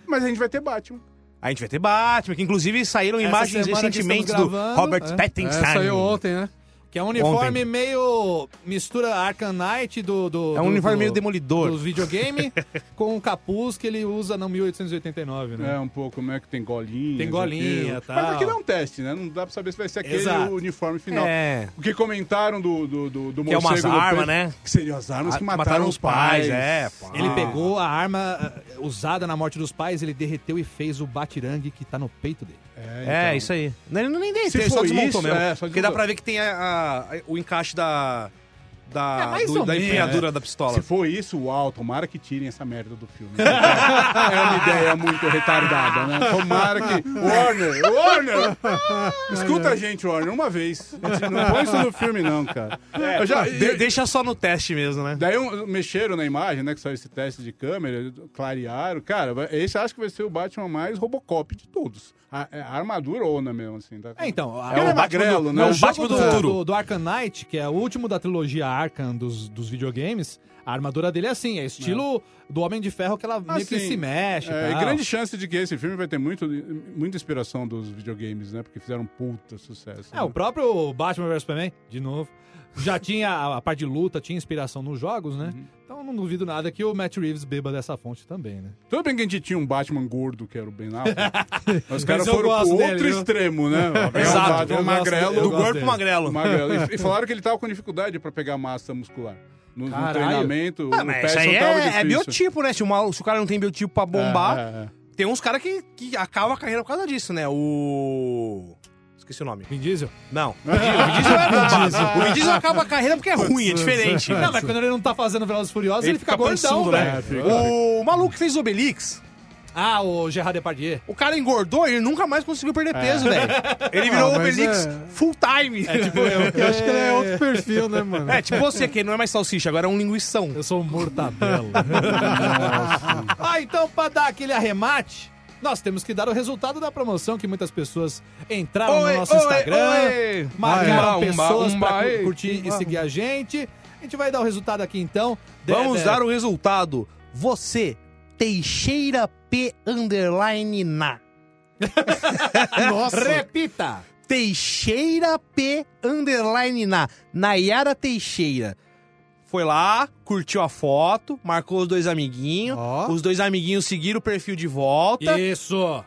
Mas a gente vai ter Batman. A gente vai ter Batman, que inclusive saíram Essa imagens semana que recentemente do estamos gravando, Robert é. É, Pattinson. saiu ontem, né? Que é um uniforme meio. mistura Arkham Knight do. do É um do- uniforme do- meio demolidor. Dos videogame com um capuz que ele usa no 1889, né? É, um pouco, como é que tem golinha. Tem golinha, aquilo. tal. Mas aqui é um teste, né? Não dá pra saber se vai ser aquele Exato. o uniforme final. É, O que comentaram do, do, do, do que é umas morcego do armas, peito, né? Que seriam as armas Ah, que mataram, os pais. é, pá. Ele pegou a arma eh, usada na morte dos pais, ele derreteu e fez o batirangue que tá no peito dele. É, isso aí. Não, Ele nem deu, Se ele só for desmontou isso, mesmo. é, só porque dá desmontou. pra ver que tem a- a- a- o encaixe da, da, É, mais do- ou da menos. empunhadura da pistola. Se for isso, uau, tomara que tirem essa merda do filme. é uma ideia muito retardada, né? Tomara que. Warner! Warner! Escuta a gente, Warner, uma vez. Não põe isso no filme, não, cara. Eu já- De- deixa só no teste mesmo, né? Daí um- mexeram na imagem, né? Que saiu esse teste de câmera, clarearam. Cara, vai- esse acho que vai ser o Batman mais Robocop de todos. A, é a armadura ona mesmo, assim. Tá? É, então. a- Ele é o- magrelo, né? é o O jogo Batman do do, futuro. do- do Arkham Knight, que é o último da trilogia Arkham dos, dos videogames, a armadura dele é assim, é estilo do Homem de Ferro que ela Ah, meio que Assim, se mexe. É, e e tal. grande chance de que esse filme vai ter muito, muita inspiração dos videogames, né? Porque fizeram um puta sucesso. né? É, o próprio Batman vs Superman, de novo, já tinha a, a parte de luta, tinha inspiração nos jogos, né? Então não duvido nada que o Matt Reeves beba dessa fonte também, né? Tudo bem que a gente tinha um Batman gordo, que era o Ben Affleck. mas os caras eu foram pro gosto outro dele, viu? extremo, né? Exato, É Do eu gosto dele, eu um Batman magrelo. gosto corpo dele. magrelo. magrelo. E, e falaram que ele tava com dificuldade pra pegar massa muscular. No, no Caralho. treinamento, Ah, o mas isso Patterson aí tava é, é difícil. biotipo, né? Se o, mal- se o cara não tem biotipo pra bombar, É, é, tem uns caras que, que acabam a carreira por causa disso, né? O. Esqueci o nome. Vin Diesel. Não. O Vin Diesel é bombado. O Vin Diesel acaba a carreira porque é ruim, é diferente. Não, mas quando ele não tá fazendo Velozes e Furiosos, ele, Ele fica, fica gordão, pançudo, velho. né? é. É, fica- O maluco que fez o Obelix, Ah, o Gerard Depardieu. o cara engordou e ele nunca mais conseguiu perder peso, velho. Ele virou o mas Obelix é- full time. É tipo, Eu acho que ele é outro perfil, né, mano? você, que não é mais salsicha, agora é um linguição. Eu sou um mortadelo. ah, então pra dar aquele arremate, nós temos que dar o resultado da promoção que muitas pessoas entraram Oi, no nosso oi, Instagram, oi. marcaram Umba, umba, pessoas umba, pra cu- ei. curtir e seguir a gente. A gente vai dar o resultado aqui então. De- Vamos de- dar o resultado. Você, Teixeira P underline na. Nossa. Repita! Teixeira P underline na. Nayara Teixeira. Foi lá, curtiu a foto, marcou os dois amiguinhos. Ó. Os dois amiguinhos seguiram o perfil de volta. Isso!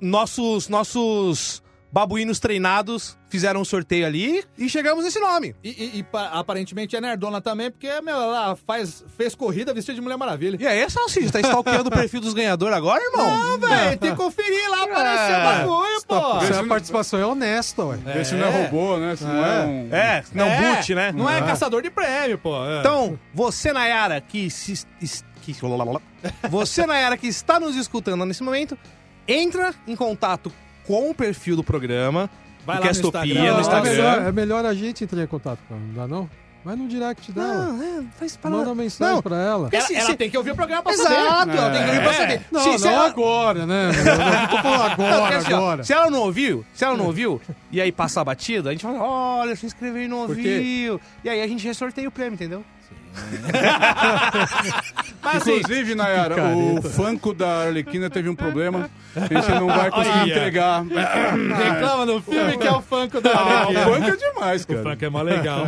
Nossos, nossos babuínos treinados fizeram um sorteio ali e chegamos nesse nome. E, e- e pa- aparentemente é nerdona também, porque meu, ela faz, fez corrida vestida de Mulher Maravilha. E aí, Salsicha, tá stalkeando o perfil dos ganhadores Ah, agora, irmão? Não, velho, tem que conferir lá, apareceu o bagulho, pô! Isso é a participação é honesta, ué. Vê se não é robô, né? Se não é um... É, não, É, boot, né? Não é caçador de prêmio, pô. É. Então, você, Nayara, que se. es- Que, você, Nayara, que está nos escutando nesse momento, entra em contato com o perfil do programa. Vai do lá no Castopia, Instagram. no é, melhor, Instagram. é melhor a gente entrar em contato com ela, não dá não? Vai no direct dela. Não, é, faz Manda uma mensagem Não. pra ela. Ela, se- ela se- tem que ouvir o programa pra saber. Exato, ela tem que ouvir pra É. saber. Não, se, não se ela... agora, né? Eu tô Não, falando porque agora, assim, ó, agora. se ela não ouviu, se ela não ouviu, e aí passar a batida, a gente fala, olha, se inscreveu e não Porque- ouviu. E aí a gente ressorteia o prêmio, entendeu? Mas assim, Inclusive, Nayara, o Funko da Arlequina teve um problema. A gente não vai conseguir Olha. entregar. reclama no filme que é o Funko da Ah, o Arlequina. Funko é demais, O cara. Funko é mó legal.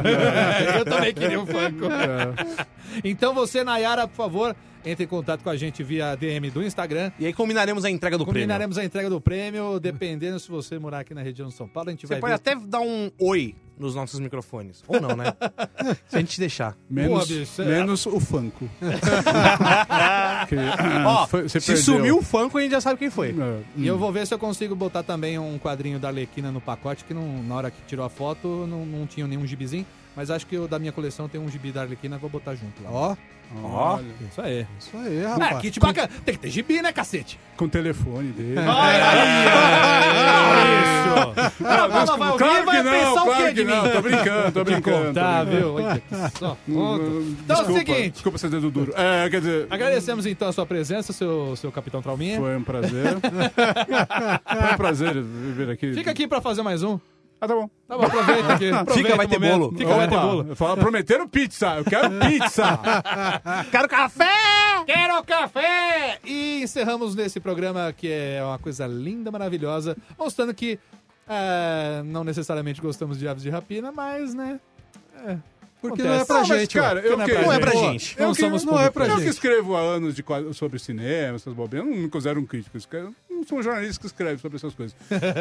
Eu também queria um Funko. É. Então você, Nayara, por favor, entre em contato com a gente via DM do Instagram. E aí combinaremos a entrega do prêmio. Combinaremos a entrega do prêmio, dependendo se você morar aqui na região de São Paulo, a gente Você vai pode ver. até dar um oi nos nossos microfones. Ou não, né? se a gente deixar. Menos, Pô, bicho, é- menos o Funko. Que, ah, Ó, foi- você se perdeu. sumiu o Funko, a gente já sabe quem foi. É. E eu vou ver se eu consigo botar também um quadrinho da Arlequina no pacote, que não- na hora que tirou a foto não, não tinha nenhum gibizinho, mas acho que eu, da minha coleção tem um gibi da Arlequina, vou botar junto lá. Ó, Ó. Olha, Isso aí. isso aí, É, rapaz. kit bacana. Tem que ter gibi, né, cacete? com o telefone dele. Ah, Isso! Ah, Não, Mas, vai ouvir É, claro e vai que pensar não, o claro quê que de mim? não. Tô brincando, tô brincando. Tá, tô brincando. viu? Olha que só foto. Hum, Então é o desculpa, seguinte. Desculpa ser dedo duro. É, quer dizer, Agradecemos então a sua presença, seu, seu Capitão Trauminha. foi um prazer. foi um prazer vir aqui. Fica aqui pra fazer mais um. Ah, tá bom. Tá bom, aproveita aqui. aproveita vai o ter momento. bolo. Fica, vai ter Opa, bolo. fala- prometeram pizza. Eu quero pizza. Quero café! Quero café! E encerramos nesse programa que é uma coisa linda, maravilhosa, mostrando que ah, não necessariamente gostamos de aves de rapina, mas, né? Porque não é acontece. pra Não, mas, gente, cara, ué. eu um Não é que- pra Não é pra Pô, gente. Eu Não que, somos não é público. pra Eu gente. que que escrevo há anos de quadro- sobre cinema, essas bobeiras, eu não me considero um crítico. Isso que eu Não sou um jornalista que escreve sobre essas coisas.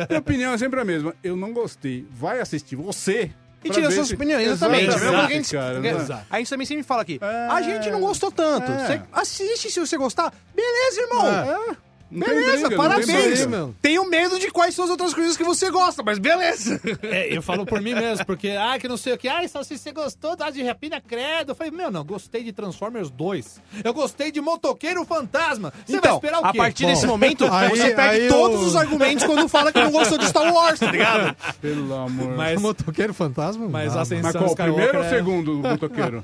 Minha opinião é sempre a mesma. Eu não gostei. Vai assistir você. E pra tira ver suas se- opiniões, exatamente. Exato, Mesmo que a gente- cara, porque não é? a gente também sempre fala aqui. A gente não gostou tanto. É. É. Você assiste se você gostar. Beleza, irmão. Não tem Beleza, briga, não tem parabéns. briga. mano. Tenho medo de quais são as outras coisas que você gosta, mas beleza. É, eu falo por mim mesmo, porque, ah, que não sei o que, ah, se você gostou da de Rapina Credo. Eu falei, meu, não, gostei de Transformers 2. Eu gostei de Motoqueiro Fantasma. Você vai esperar o quê? Então, a partir Bom, desse momento, Aí- você perde aí todos eu- os argumentos quando fala que não gostou de Star Wars, tá ligado? Pelo amor. Mas, O um motoqueiro fantasma? não mas dá, assim, a Ascensão Mas qual? O Skywalker primeiro ou o é- segundo, o motoqueiro?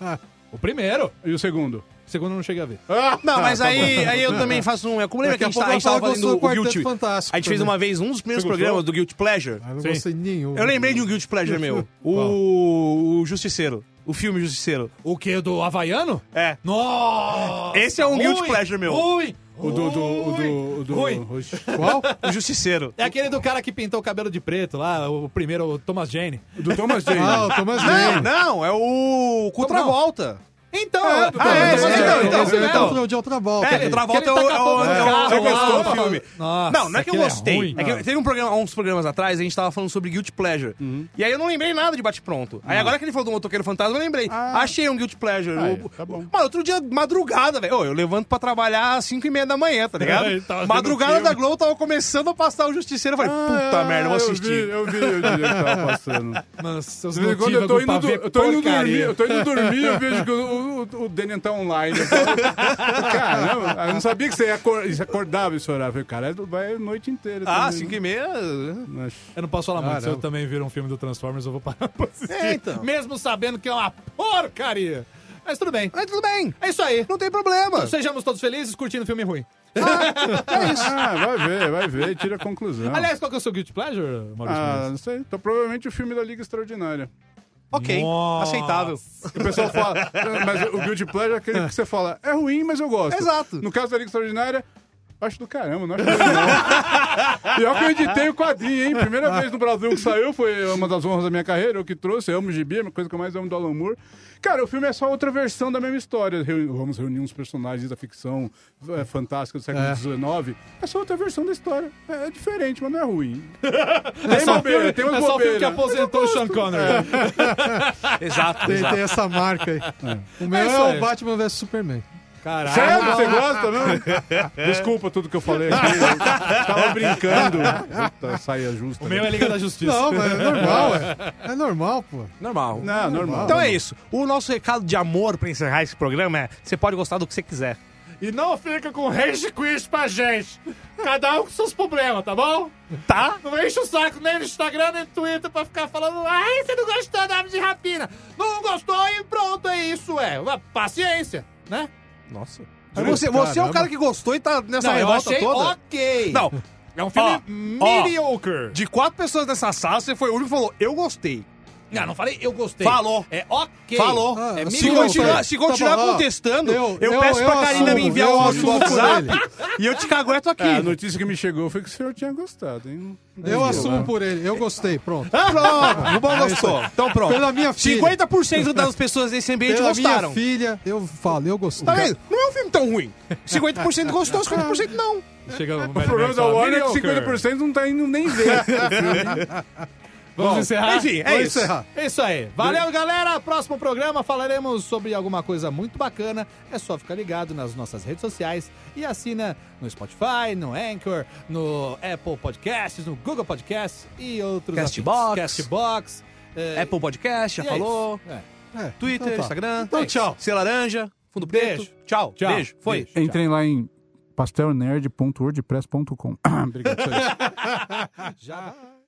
O primeiro. E o segundo? O segundo eu não cheguei a ver. Ah, Não, mas tá aí, aí eu também faço um. Como lembra Daqui que a a gente, pouco tá- a gente vai tava falar que fazendo gostou o do Guilty. Quarteto Fantástico né? A gente fez também. uma vez um dos primeiros Você gostou? programas do Guilty Pleasure. Ah, não Sim. gostei de nenhum. Eu lembrei de um Guilty Pleasure meu. O, o Justiceiro. O filme Justiceiro. O que? Do Havaiano? É. Nossa! tá Esse é um guilty Ruim, pleasure meu. Ruim! O do. do, o do, o do Ruim. Oxi. Qual? O Justiceiro. É aquele do cara que pintou o cabelo de preto lá, o primeiro, o Thomas Jane. O do Thomas Jane. Ah, o Thomas Não, Jane. não, é o Cultra Não. Volta. Então, É, do ah, Thomas é, Jane. esse Então, mesmo, então, esse então. mesmo. o de outra volta. É, o Travolta é que o, ele é o, taca fogo no é o- carro é o lá, gostou do mano. filme. Nossa, não, não é que eu aquele é gostei. ruim, É que cara. teve um programa, uns programas atrás, a gente tava falando sobre Guilty Pleasure. Uhum. E aí eu não lembrei nada de Bate Pronto. Aí agora que ele falou do Motoqueiro Fantasma, eu lembrei. Ah. Achei um Guilty Pleasure. Aí, Eu- tá bom. Mano, outro dia, madrugada, velho. Ô, eu levanto pra trabalhar às 5 e meia da manhã, tá Ele ligado? tava vendo madrugada filme. Ah, da Globo tava começando a passar o Justiceiro. Eu falei, puta merda, eu vou assistir. Ah, Eu vi, eu vi, eu vi o que tava passando. Mano, seus De vez em quando eu tô notívagos pra indo, do- ver eu tô indo porcaria. dormir, eu tô indo dormir eu vejo que o, o, o Daniel tá online. Eu falo, Caramba, eu não sabia que você ia acor- isso acordava esse horário. Eu falei, cara, é vai a noite inteira. Ah, também, 5 né? e meia. Mas- Eu não posso falar muito, se eu Caramba. também vir um filme do Transformers, eu vou parar pra assistir. Ah, É, então. Mesmo sabendo que é uma porcaria. Mas tudo bem. Mas tudo bem, É isso aí. Então, não tem problema. Sejamos todos felizes curtindo filme ruim. Ah, vai ver, vai ver, tira a conclusão. Aliás, qual que é o seu Guilty Pleasure, Maurício? ah, Menezes? não sei. Então, provavelmente o filme da Liga Extraordinária. Ok, Nossa. aceitável. O pessoal fala, mas o Guilty Pleasure é aquele que você fala, é ruim, mas eu gosto. Exato. No caso da Liga Extraordinária, acho do caramba, não acho ruim, não. Pior que eu editei o quadrinho, hein? Primeira vez no Brasil que saiu, foi uma das honras da minha carreira, eu que trouxe, eu amo gibi, é uma coisa que eu mais amo do Alan Moore. Cara, o filme é só outra versão da mesma história. Reuni- Vamos reunir uns personagens da ficção é, fantástica do século É. XIX. É só outra versão da história. É, é diferente, mas não é ruim. Tem só o Ah, bobeira, filme- tem umas é só o filme que bobeiras. aposentou o Sean é. Connery. Exato, Tem, exato. tem essa marca aí. O meu É é, isso aí. o Batman vs Superman. Caralho. Sério? Você gosta, Ah, não? Desculpa tudo que eu falei aqui. Eu tava brincando. Puta, saia justa. O meu é Liga da Justiça. Não, mas é normal, é. É normal, pô. Normal. Não, normal. Então é isso. O nosso recado de amor pra encerrar esse programa é: você pode gostar do que você quiser. E não fica com rage quiz pra gente. Cada um com seus problemas, tá bom? Tá? Não enche o saco nem no Instagram, nem no Twitter pra ficar falando Ai, você não gostou da ave de rapina. Não gostou e pronto, é isso, é. Uma Paciência, né? Nossa. Você, você é o cara que gostou e tá nessa revolta toda? ok. Não. É um filme Ó, ó. mediocre. De quatro pessoas dessa sala, você foi o único que falou: eu gostei. Ah, Não, não falei eu gostei. Falou. É ok. Falou. Ah, É sim, se eu continuar, gostei. se continuar Tá bom, ó, contestando, eu, eu- eu- peço pra eu Karina me assumo, enviar eu o áudio do assumo por WhatsApp ele. e eu te cagueto aqui. É, a notícia que me chegou foi que o senhor tinha gostado, hein? Eu assumo por ele. Eu gostei, pronto. É Pronto, o bom gostou. Então pronto. Pela minha filha. 50% das pessoas desse ambiente Pela gostaram. minha filha, eu falo, eu gostei. Tá vendo? Não é um filme tão ruim. 50% gostou, 50% não. Chega o O problema da Warner é que 50% não tá indo nem ver. Vamos Bom, encerrar? Enfim, é Vou isso. encerrar. É isso aí. Valeu, galera. Próximo programa falaremos sobre alguma coisa muito bacana. É só ficar ligado nas nossas redes sociais e assina no Spotify, no Anchor, no Apple Podcasts, no Google Podcasts e outros. Castbox. afins. Castbox. É, Apple Podcast, já e é falou. isso. É. É, Twitter, então tá. Instagram. Então, tchau. Ser laranja, fundo preto. Beijo. Tchau. Tchau. Beijo. Foi. Beijo. Entrem lá em pastelnerd.wordpress.com. Obrigado, senhor. Já.